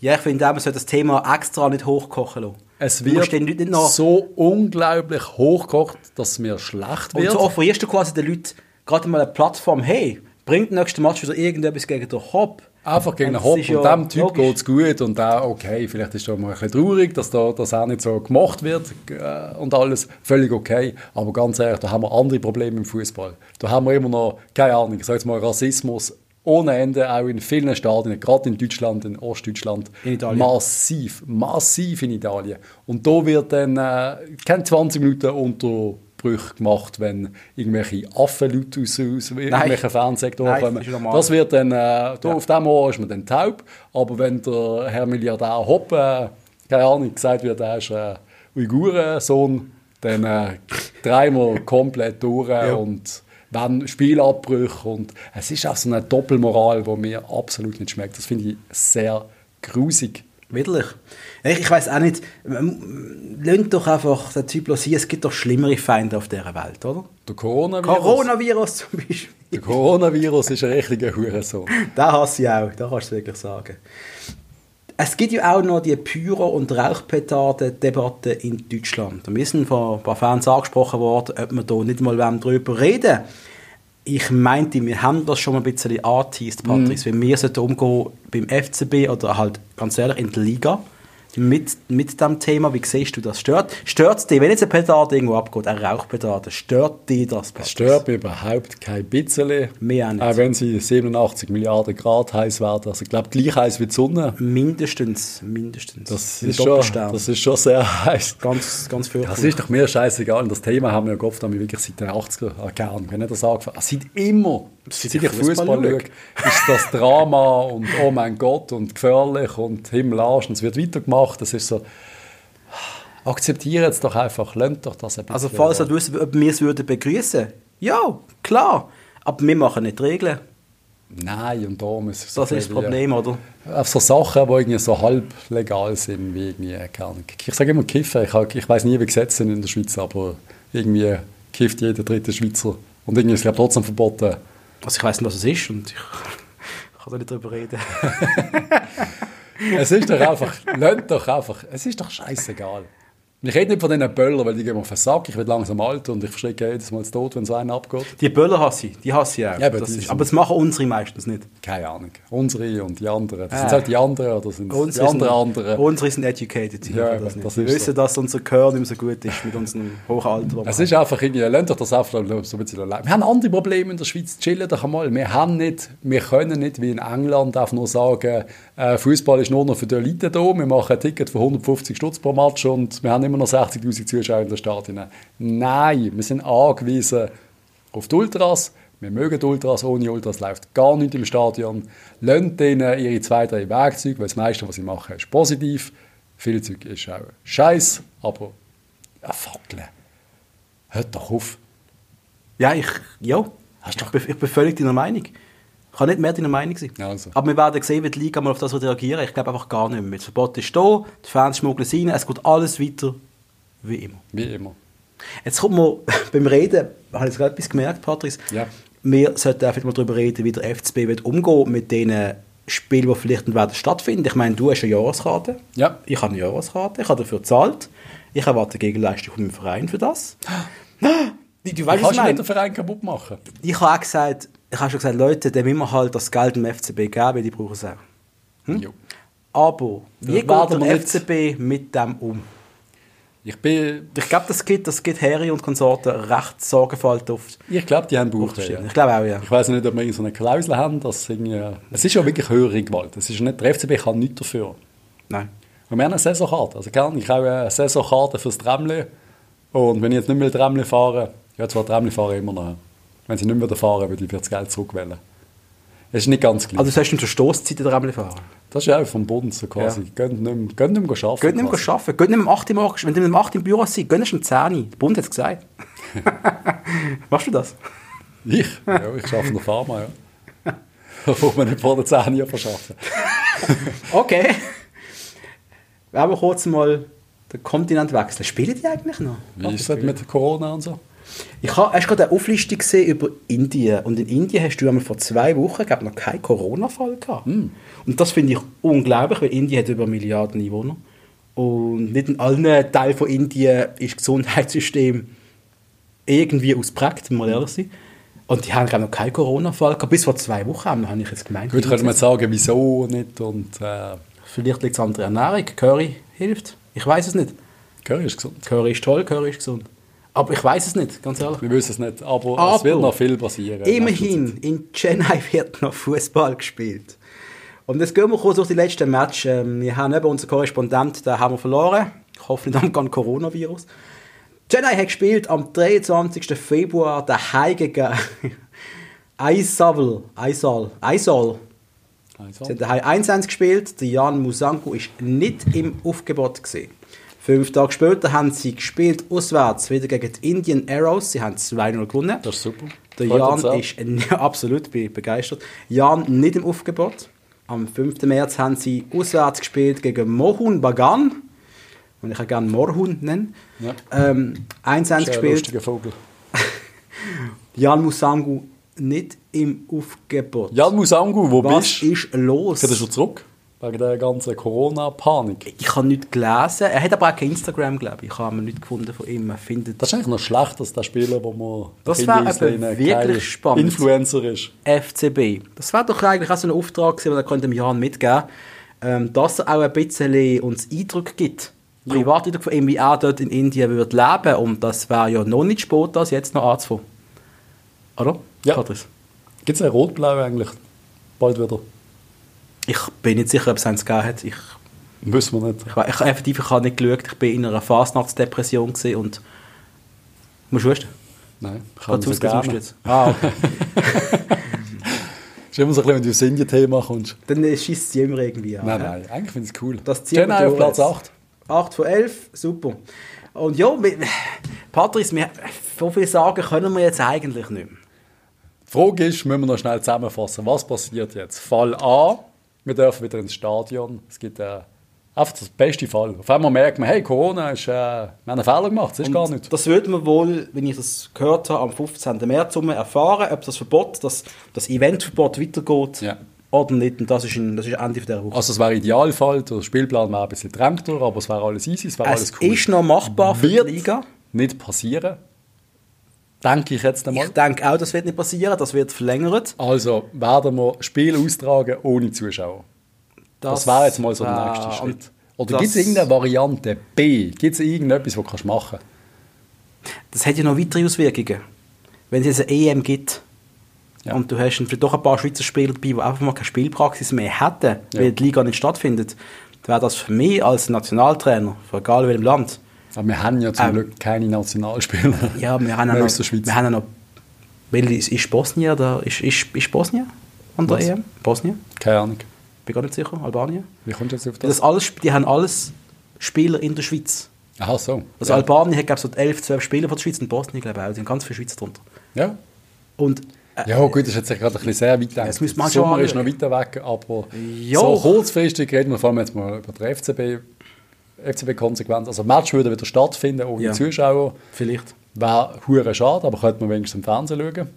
Ja, ich finde auch, man sollte das Thema extra nicht hochkochen lassen.
Es
Du
wird
musst den Leuten nicht noch...
so unglaublich hochgekocht, dass mir schlecht
und
wird.
so offerierst du quasi den Leuten gerade mal eine Plattform. Hey, bringt nächsten Match wieder irgendetwas gegen den Hop.
Einfach gegen einen
Und
Hopp.
das ist ja
und dem Typ
logisch.
geht es gut. Und der, okay, vielleicht ist er mal ein bisschen traurig, dass da, das auch nicht so gemacht wird äh, und alles. Völlig okay. Aber ganz ehrlich, da haben wir andere Probleme im Fußball. Da haben wir immer noch, keine Ahnung, ich sage jetzt mal Rassismus ohne Ende, auch in vielen Stadien, gerade in Deutschland, in Ostdeutschland.
In Italien.
Massiv, massiv in Italien. Und da wird dann äh, keine 20 Minuten Unterbruch gemacht, wenn irgendwelche Affenleute aus, aus irgendwelchen Fernsehsektoren
Nein, das
kommen.
ist normal.
Das wird dann, äh, da auf dem Ohr ist man dann taub, aber wenn der Herr Milliardär Hopp, äh, keine Ahnung, gesagt wird, er ist äh, Uigurensohn, dann äh, dreimal komplett durch und wenn Spielabbrüche und es ist auch so eine Doppelmoral, die mir absolut nicht schmeckt. Das finde ich sehr grusig.
Widerlich. Ich, ich weiß auch nicht. ähm, Lönt doch einfach den Typ los hier. Es gibt doch schlimmere Feinde auf dieser Welt, oder?
Der Coronavirus,
Coronavirus zum Beispiel.
Der Coronavirus ist ein richtiger Hurensohn.
Da hasse ich auch, da kannst du wirklich sagen. Es gibt ja auch noch die Pyro- und Rauchpetarden-Debatte in Deutschland. Und wir sind von ein paar Fans angesprochen worden, ob wir da nicht mal wem drüber reden Ich meinte, wir haben das schon mal ein bisschen
Mhm.
angeteased, Patrice, weil wir sollten umgehen beim FCB oder halt ganz ehrlich in der Liga mit, mit dem Thema. Wie siehst du das? Stört stört es dich, wenn jetzt eine Petarde irgendwo abgeht, eine Rauchpetarde, stört dich das? Patrice?
Es stört mich überhaupt kein bisschen.
Mich auch nicht.
Auch wenn sie 87 Milliarden Grad heiß werden. Also ich glaube, gleich heiß wie die Sonne.
Mindestens, mindestens.
Das
Ein
ist, schon,
Doppelstern.
das ist schon sehr heiß.
Ganz, ganz viel.
Das ist doch mir scheißegal. Und das Thema haben wir ja oft haben wir wirklich seit den 80er Jahren gern. Wenn ich das angefangen habe, seit immer,
ich
seit, ich
Fußball
Fußball schaue, ist das Drama und oh mein Gott und gefährlich und Himmel Arsch und es wird weitergemacht. Das ist so, akzeptiere es doch einfach, lernt doch das ein bisschen.
also falls ihr wissen, ob wir es würden begrüßen, ja, klar. Aber wir machen nicht die Regeln.
Nein, und darum ist es so
Das ist das
ein bisschen-
Problem, oder?
auf so Sachen, die irgendwie so halb legal sind, wie irgendwie, äh, keine Ahnung. Ich sage immer Kiffen, ich, hab- ich weiß nie, wie Gesetze sind in der Schweiz, aber irgendwie kifft jeder dritte Schweizer. Und irgendwie ist es, glaube ich, trotzdem verboten.
Also ich weiß nicht, was es ist und ich kann da nicht drüber reden.
Es ist doch einfach, lönt doch einfach, es ist doch scheißegal. Ich rede nicht von diesen Böllern, weil die gehen mir auf den Sack, ich werde langsam alt und ich verschrecke jedes Mal zu Tod, wenn so einer abgeht.
Die Böller hasse ich, die hasse ich auch.
Ja, aber
das
die
ist,
sind-
aber das machen unsere meistens nicht.
Keine Ahnung. Unsere und die anderen. Das
Ah.
sind halt die anderen oder sind es die anderen anderen.
unsere sind educated, die
Ja,
machen
eben,
das nicht.
das
wir
ist
wissen,
so.
dass unser Gehör nicht mehr so gut ist mit unserem hohen Alter. das wir
Es
haben.
ist einfach irgendwie, lasst doch das einfach so ein bisschen allein. Wir haben andere Probleme in der Schweiz, chillen doch einmal. Wir haben nicht, wir können nicht wie in England einfach nur sagen, äh, Fußball ist nur noch für die Elite da, wir machen ein Ticket für 150 Stutz pro Match und wir haben immer noch 60'000 Zuschauer in den Stadien. Nein, wir sind angewiesen auf die Ultras, wir mögen die Ultras, ohne Ultras läuft gar nichts im Stadion. Lasst ihnen ihre zwei, drei Werkzeuge, weil das meiste, was sie machen, ist positiv. Viel Zeug ist auch Scheiß, aber ja, fackeln. Hört doch auf.
Ja, ich, ja.
Hast
ich,
doch-
bin, ich bin völlig deiner Meinung. Ich kann nicht mehr deiner Meinung sein.
Also.
Aber wir werden sehen, wie die Liga mal auf das wird reagieren. Ich glaube einfach gar nicht mehr. Das Verbot ist da, die Fans schmuggeln es rein, es geht alles weiter wie immer.
Wie immer.
Jetzt kommt man beim Reden, habe ich gerade etwas gemerkt, Patrice.
Ja.
Wir sollten einfach mal darüber reden, wie der FCB wird umgehen mit den Spielen, die vielleicht nicht werden stattfinden. Ich meine, du hast eine Jahreskarte.
Ja.
Ich habe eine Jahreskarte, ich habe dafür gezahlt. Ich erwarte Gegenleistung vom Verein für das. Du, du weißt, was
Kannst
ich
du
meine.
nicht den Verein kaputt machen?
Ich habe auch gesagt, ich habe schon gesagt, Leute, dem müssen wir halt das Geld dem FCB geben, weil die brauchen es auch.
Jo.
Aber wie
warten
geht
wir
der
nicht.
FCB mit dem um?
Ich bin,
Ich glaube, das gibt, das gibt Harry und Konsorten recht sorgenvoll auf.
ich glaube, die haben Buchstaben.
Ich glaube auch, ja.
Ich weiß nicht, ob wir so eine Klausel haben, dass irgendwie, es ist ja wirklich höhere Gewalt. Es ist nicht, der FCB kann nichts dafür.
Nein.
Und wir haben eine Saisonkarte. Also, gell, ich habe eine Saisonkarte fürs Tramle. Und wenn ich jetzt nicht mehr Tramle fahre, ja, zwar Tramle fahre ich immer noch. Wenn sie nicht mehr fahren, würde ich das Geld zurückwählen. Das ist nicht ganz gleich.
Also, das heißt, du Stoßzeit in der Remmel fahren.
das ist ja auch vom Boden so quasi.
Ja.
Geht nicht mehr, geht nicht mehr arbeiten.
Geht nicht mehr
quasi.
arbeiten. Geht nicht mehr um 8 Uhr morgens. Wenn du um 8 Uhr im Büro bist, geh nicht um 10 Uhr. Der Bund hat es gesagt. Machst du das?
Ich? Ja, ich arbeite in der Pharma, ja. Da braucht man nicht vor der 10 Uhr verschaffen.
Okay. Wir haben kurz mal den Kontinent wechseln. Spielen die eigentlich noch?
Wie ist das mit Corona und so?
Ich habe erst gerade eine Auflistung gesehen über Indien. Und in Indien hast du einmal vor zwei Wochen glaub, noch keinen Corona-Fall gehabt. Und das finde ich unglaublich, weil Indien hat über Milliarden Einwohner. Und nicht in allen Teilen von Indien ist das Gesundheitssystem irgendwie ausprägt, muss man ehrlich sein. Und die haben glaub, noch keinen Corona-Fall gehabt. Bis vor zwei Wochen haben habe ich jetzt gemeint.
Gut, könnte man sagen, wieso nicht und äh,
Vielleicht liegt es an der Ernährung. Curry hilft. Ich weiß es nicht.
Curry ist gesund.
Curry ist toll, Curry ist gesund. Aber ich weiß es nicht, ganz ehrlich.
Wir wissen es nicht, aber, es
Aber
wird noch viel passieren.
Immerhin, in Chennai wird noch Fußball gespielt. Und jetzt gehen wir kurz durch die letzten Matches. Ähm, Wir haben eben unseren Korrespondent, den haben wir verloren. Ich hoffe nicht am Coronavirus. Chennai hat gespielt am 23. Februar daheim gegen Aysal. Aysal. Aysal.
Also,
Sie haben daheim 1-1 gespielt. Der Jan Musanku ist nicht im Aufgebot. Gewesen. Fünf Tage später haben sie gespielt, auswärts, wieder gegen die Indian Arrows. Sie haben 2-0 gewonnen.
das ist super.
Der
Freut
Jan
uns auch.
ist n- absolut bin ich begeistert. Jan nicht im Aufgebot. Am 5. März haben sie auswärts gespielt gegen Mohun Bagan. Und ich kann gerne Morhun nennen.
Ja.
Ähm, 1-1
Ist ein
gespielt.
lustiger Vogel.
Jan Musangu nicht im Aufgebot.
Jan Musangu, wo
Was
bist du?
ist los?
Geht er schon zurück? Wegen der ganzen Corona-Panik.
Ich habe nichts gelesen. Er hat aber auch kein Instagram, glaube ich. Ich habe nichts gefunden von ihm. Man findet
Das ist eigentlich noch schlecht, dass der Spieler, wo man
Das
Kinder
wäre eben
auslehnen,
wirklich
kein
spannend.
Influencer ist.
FCB. Das wäre doch eigentlich auch so ein Auftrag gewesen, den er könnte dem Jan mitgeben ähm, dass er auch ein bisschen uns Eindruck gibt. Privateindruck von ihm, wie er dort in Indien würde leben und das wäre ja noch nicht spät, das jetzt noch anzufangen. Oder?
Ja.
Patrice?
Gibt es ein Rot-Blau eigentlich? Bald wieder.
Ich bin nicht sicher, ob es eins gegeben hat. Ich,
Müssen wir nicht.
ich, we- ich, effektiv, ich habe nicht geschaut. Ich bin in einer Fastnachtsdepression gewesen und... Musst du wissen?
Nein, ich
Hat
kann
es
es gerne.
jetzt? Ah, okay.
Ist immer so ein bisschen, wenn du aufs Indien-Thema kommst.
Dann schießt es immer irgendwie an.
Nein,
ja?
nein, eigentlich finde ich es cool.
Das ziehen
Chennai
wir durch
auf Platz
jetzt.
8.
8 von 11, super. Und ja, wir- Patrice, wir, so viel sagen können wir jetzt eigentlich nicht mehr.
Die Frage ist, müssen wir noch schnell zusammenfassen, was passiert jetzt? Fall A, wir dürfen wieder ins Stadion. Es gibt äh, einfach das beste Fall. Auf einmal merkt man, hey, Corona ist, äh, wir haben einen Fehler gemacht, das ist gar nicht.
Das würde man wohl, wenn ich das gehört habe, am 15. März rum erfahren, ob das Verbot, das, das Eventverbot weitergeht
Ja.
oder nicht. Und das ist, ein, das ist Ende dieser Woche.
Also es wäre Idealfall, der Spielplan wäre ein bisschen drängelter, aber es wäre alles easy, es wäre alles
es
cool.
ist noch machbar für
Wird
die Liga.
nicht passieren, denke ich jetzt einmal.
Ich denke auch, das wird nicht passieren, das wird verlängert.
Also werden wir Spiel austragen ohne Zuschauer. Das, wäre jetzt mal so der
wär-
nächste Schritt. Oder
das-
gibt es irgendeine Variante B? Gibt es irgendetwas, was du machen kannst?
das hat ja noch weitere Auswirkungen. Wenn es jetzt eine EM gibt
Ja.
und du hast ein- doch ein paar Schweizer Spieler dabei, die einfach mal keine Spielpraxis mehr hätten, weil
Ja.
die Liga nicht stattfindet, dann wäre das für mich als Nationaltrainer, von egal welchem Land,
Aber wir haben ja zum
Ähm.
Glück keine Nationalspieler.
ja, wir haben ja
Mehr
noch,
aus der Schweiz.
wir haben ja noch weil ist, ist Bosnien da, ist, ist, ist Bosnien an der
Was?
EM? Bosnien?
Keine Ahnung.
Bin gar nicht sicher, Albanien?
Wie kommst du jetzt auf das?
Das alles, die haben alles Spieler in der Schweiz.
Aha, so.
Also
ja.
Albanien hat, glaube ich, so 11, 12 Spieler von der Schweiz und Bosnien, glaube ich, auch. Die haben ganz viele Schweizer drunter.
ja.
Und äh,
ja, oh gut, das ist jetzt gerade ein bisschen sehr weit weg.
Das müssen wir schon
Sommer ist noch
anschauen.
weiter weg, aber
Ja.
so kurzfristig reden wir vor allem jetzt mal über die FCB. FCB-Konsequenz. Also, Match würde wieder stattfinden ohne
Ja.
Zuschauer.
vielleicht.
Wäre hure schade, aber könnte man wenigstens im Fernsehen schauen.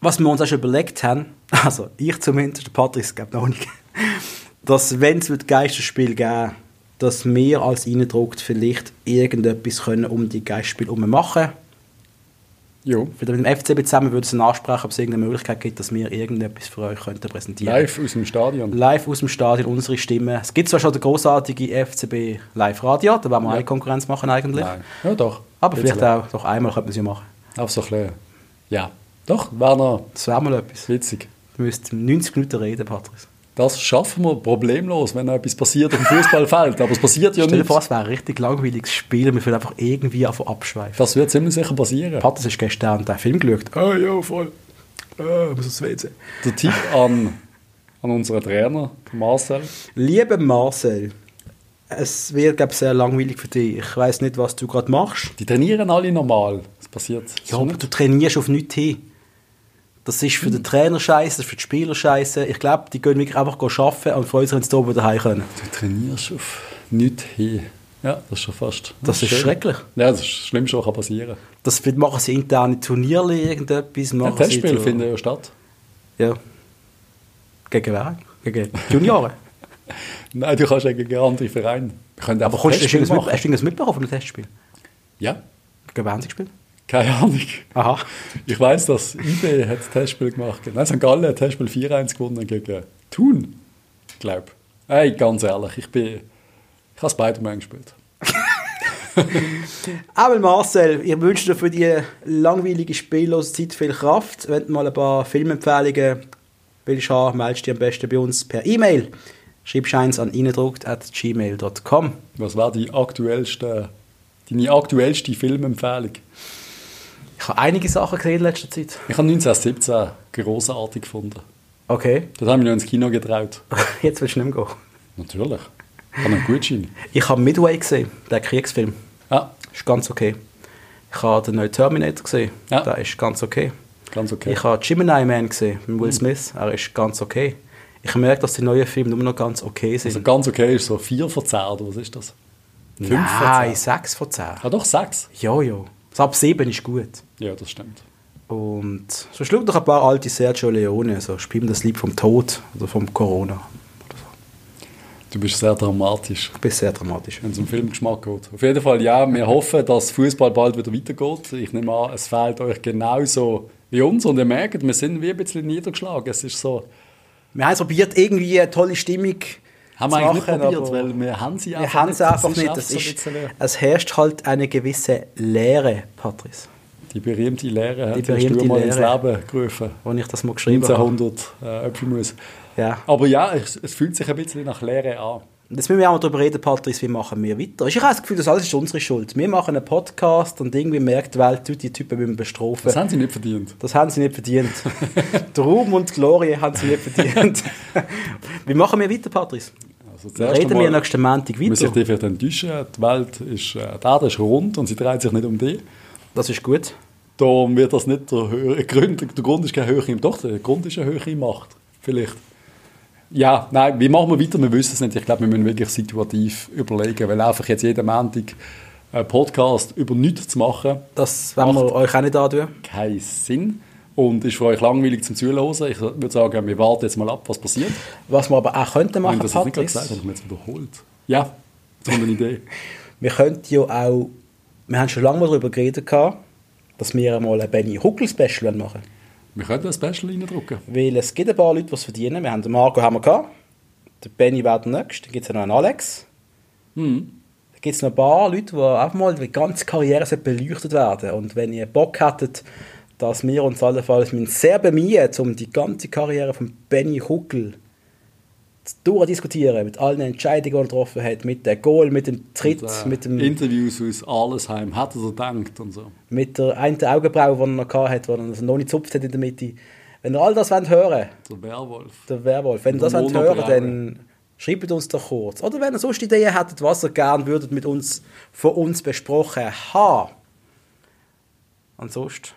Was wir uns auch schon überlegt haben, also ich zumindest, der Patrick, es gibt noch nicht, dass wenn es ein Geisterspiel geben dass wir als Eindruck vielleicht irgendetwas können um die Geisterspiele herum machen
Jo.
Vielleicht mit dem FCB zusammen würde es eine Ansprache, ob es irgendeine Möglichkeit gibt, dass wir irgendetwas für euch könnten präsentieren
Live aus dem Stadion.
Live aus dem Stadion, unsere Stimme. Es gibt zwar schon den großartige FCB Live Radio, da wollen wir
Ja.
eine Konkurrenz machen eigentlich.
Nein. Ja, doch.
Aber
Jetzt
vielleicht auch doch einmal könnte man sie machen.
Auch so ein bisschen. Ja. Doch, wäre noch
Das wäre mal etwas.
witzig.
Du müsst 90 Minuten reden, Patrice.
Das schaffen wir problemlos, wenn noch etwas passiert auf dem Fußballfeld. Aber es passiert ja
Stell dir
nicht.
vor, es wäre ein richtig langweiliges Spiel, wir würden einfach irgendwie einfach abschweifen.
Das wird ziemlich sicher passieren.
Patrice ist gestern den Film geschaut.
Oh ja, voll.
Oh, muss aufs WC.
Der Tipp an, an unseren Trainer, Marcel.
Lieber Marcel, es wird glaub, ich, sehr langweilig für dich. Ich weiß nicht, was du gerade machst.
Die trainieren alle normal. Es passiert.
Ja,
so
aber
nicht.
du trainierst auf nichts hin. Das ist für den Trainer scheiße, das ist für die Spieler scheiße. Ich glaube, die gehen wirklich einfach arbeiten und freuen sich, wenn sie da oben daheim können.
du trainierst auf nichts hin. Ja, das ist schon fast.
Das ist
schön.
schrecklich.
Ja, das ist das Schlimmste, was kann passieren kann.
Das wird- machen sie interne Turniere, irgendetwas.
Ja,
Machen sie
Testspiele
so-
finden ja statt.
Ja. Gegen wen? Gegen die Junioren.
Nein, du kannst ja gegen andere Vereine. Wir können
Aber
einfach
kommst du, hast du
Testspiele
irgendwas mit-
machen.
hast du irgendwas mitbekommen von einem Testspiel?
Ja,
Gegen wen sie gespielt?
keine Ahnung.
Aha.
Ich weiß, dass IB hat das Testspiel gemacht. Nein, St. Gallen hat das Testspiel 4-1 gewonnen gegen Thun. Ich glaube. Ey, ganz ehrlich, ich bin... Ich habe Spider-Man gespielt.
Aber Marcel, ich wünsche dir für die langweilige, spiellose Zeit viel Kraft. Wenn du mal ein paar Filmempfehlungen willst haben, meldest dich am besten bei uns per E-Mail. Schreibst eins an innedruckt.gmail.com.
Was war die aktuellste, deine aktuellste Filmempfehlung?
Ich habe einige Sachen gesehen in letzter Zeit.
Ich habe 1917 großartig gefunden.
Okay,
Das haben wir noch ins Kino getraut.
jetzt willst du nicht mehr gehen.
Natürlich. Ich habe einen Gutschein. Ah,
Ich habe Midway gesehen, den Kriegsfilm.
Ja,
Ist ganz okay. Ich habe den neuen Terminator gesehen.
Ja.
Der ist ganz okay.
ganz okay. Hm.
Ich habe Gemini Man gesehen mit Will Smith. Er ist ganz okay. Ich merke, dass die neuen Filme nur noch ganz okay sind.
also ganz okay ist so 4 von 10, oder was ist das? Also Fünf von
Nein,
zehn.
6 von 10.
Ah doch, 6.
Ja, ja. Also ab 7 ist gut.
Ja, das stimmt.
Und so schluckt doch ein paar alte Sergio Leone. So spielen das Lied vom Tod oder vom Corona.
Du bist sehr dramatisch.
Ich bin sehr dramatisch.
wenn es um Filmgeschmack geht. Auf jeden Fall, ja, wir hoffen, dass Fußball bald wieder weitergeht. Ich nehme an, es fehlt euch genauso wie uns und ihr merkt, wir sind wie ein bisschen niedergeschlagen. Es ist so,
Wir haben es probiert, irgendwie eine tolle Stimmung
haben
zu
wir eigentlich
machen,
nicht probiert,
aber
weil wir haben sie
wir haben es einfach
Es
nicht.
einfach
Das ist,
so ein bisschen-
es herrscht halt eine gewisse Leere, Patrice,
die berühmte Lehre hat
Die
die berühmte
berühmte
mal ins
Lehre.
Leben gerufen.
wo ich das mal geschrieben habe.
1900 äh, Äpfelmus.
Ja.
Aber ja, es, es fühlt sich ein bisschen nach Lehre an.
Und Jetzt müssen wir auch mal darüber reden, Patrice, wie machen wir weiter? Ich habe das Gefühl, das alles ist unsere Schuld. Wir machen einen Podcast und irgendwie merkt die Welt, du, die Typen müssen bestrafen.
Das haben sie nicht verdient.
Das haben sie nicht verdient. Der Ruhm und die Glorie haben sie nicht verdient. Wie machen wir weiter, Patrice?
Also zuerst
Reden
einmal-
wir nächsten Montag
muss ich
weiter.
dich vielleicht enttäuschen. Die Welt ist, äh, die Erde ist rund und sie dreht sich nicht um dich.
Das ist gut.
Darum wird das nicht der, höhere Grund, der Grund ist keine höhere Doch, der Grund ist eine höhere Macht. Vielleicht. Ja, nein, wie machen wir weiter? Wir wissen es nicht. Ich glaube, wir müssen wirklich situativ überlegen, weil einfach jetzt jeden Montag einen Podcast über nichts zu machen,
Das wollen wir euch auch nicht antun.
keinen Sinn. Und ist für euch langweilig zum Zuhören. Ich würde sagen, wir warten jetzt mal ab, was passiert.
Was wir aber auch könnten
Wenn
machen,
das jetzt nicht gerade gesagt
Patrice,
habe, ich mir jetzt wiederholt. Ja, das ist eine Idee.
wir könnten ja auch, wir haben schon lange mal darüber geredet, gehabt, dass wir mal ein Benny Huckel Special machen wollen.
Wir könnten ein Special reindrücken.
Weil es gibt ein paar Leute, die es verdienen. Wir haben den Marco haben wir gehabt. Der Benny wäre der Nächste. Dann gibt es ja noch einen Alex. Dann gibt es noch ein paar Leute, die einfach mal die ganze Karriere sollte beleuchtet werden Und wenn ihr Bock hättet, dass wir uns allenfalls müssen sehr bemühen, um die ganze Karriere von Benny Huckel zu durchdiskutieren, mit allen Entscheidungen, die er getroffen hat, mit dem Goal, mit dem Tritt,
Und, äh,
mit, dem,
Interviews aus Allesheim, hat er so gedacht und so.
mit der einen Augenbraue, die er noch gehabt hat, die er noch nicht gezupft hat in der Mitte. Wenn ihr all das wollt hören
Der Werwolf.
Der Werwolf. Wenn ihr das
Der
wollt hören
Monobraue.
dann schreibt uns doch kurz. Oder wenn ihr sonst Ideen hättet, was ihr gerne würdet mit uns, von uns besprochen haben. Ansonsten.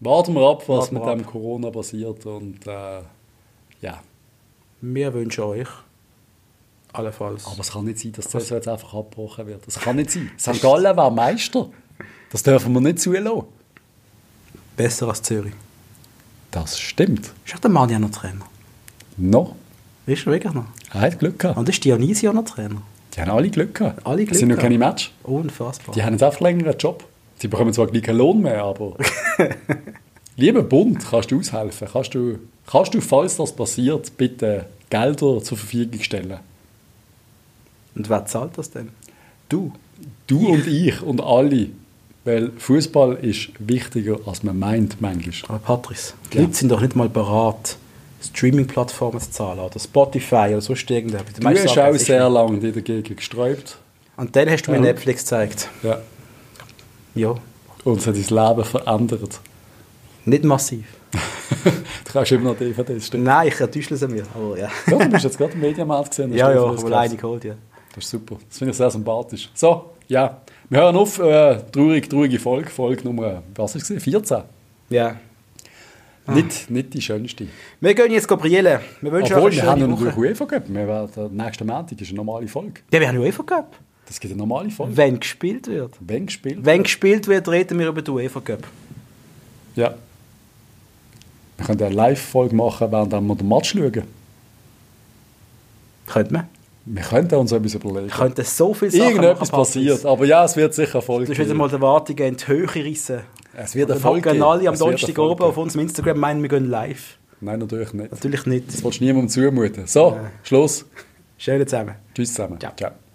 Warten wir ab, was
Warten wir
mit
ab.
dem Corona passiert und äh, ja.
Wir wünschen euch allenfalls.
Aber es kann nicht sein, dass das jetzt einfach abgebrochen wird. Das kann nicht sein. St. Gallen war Meister. Das dürfen wir nicht zulassen.
besser als Zürich.
Das stimmt.
Ist auch der Mann ja noch Trainer?
Noch.
Ist er wirklich noch?
Er hat Glück gehabt.
Und ist Dionisio noch Trainer?
Die haben alle Glück gehabt.
Alle Glück
Es sind noch
gehabt.
keine Match.
Unfassbar.
Die haben jetzt einfach länger einen Job. Sie bekommen zwar gleich keinen Lohn mehr, aber. Lieber Bund, kannst du aushelfen? Kannst du, kannst du, falls das passiert, bitte Gelder zur Verfügung stellen?
Und wer zahlt das denn?
Du. Du und ich und alle. Weil Fußball ist wichtiger, als man meint, manchmal.
Aber Patrice, die Leute sind doch nicht mal bereit, Streaming-Plattformen zu zahlen oder Spotify oder sonst irgendetwas.
Du hast auch sehr lange dich dagegen gesträubt.
Und dann hast du mir Netflix gezeigt.
Ja.
Ja.
Und es hat dein Leben verändert.
Nicht massiv.
du kannst immer noch DVDs stimmt.
Nein, ich enttäusche sie mir. Aber ja.
Ja, du bist jetzt gerade im Mediamarkt gesehen.
ja, ja,
das,
ich habe eine geholt, ja.
das ist super. Das finde ich sehr sympathisch. So, ja. Wir hören auf. Äh, traurig, traurige Folge. Folge Nummer, was war es? 14.
Ja. Ah.
Nicht, nicht die schönste.
Wir gehen jetzt brillen. Wir wünschen
Obwohl,
euch
wir haben
eine
ja
schöne
natürlich
Woche.
UEFA Cup. Wir werden, äh, nächsten Montag ist eine normale Folge.
Ja, wir haben UEFA Cup.
Das gibt eine normale Folge.
Wenn gespielt wird.
Wenn gespielt.
Wenn gespielt wird, reden wir über die UEFA Cup.
Ja. Wir können eine Live-Folge machen, während wir den Match schauen.
Könnte man.
Wir könnten uns etwas überlegen.
Ich könnte so viel Sachen
Irgendetwas
machen, Patrice.
passiert. Aber ja, es wird sicher eine Folge
Du hast wieder
geben.
mal die Erwartungen in die Höhe gerissen.
Es wird
Dann
Erfolg
hocken alle am
Es wird
Donnerstag
Erfolg
oben auf unserem Instagram meinen, wir gehen live.
geben. Nein, natürlich nicht.
Natürlich
Das
nicht.
willst du niemandem zumuten. So, Schluss.
Schön zusammen.
Tschüss zusammen.
Ciao.
Ciao.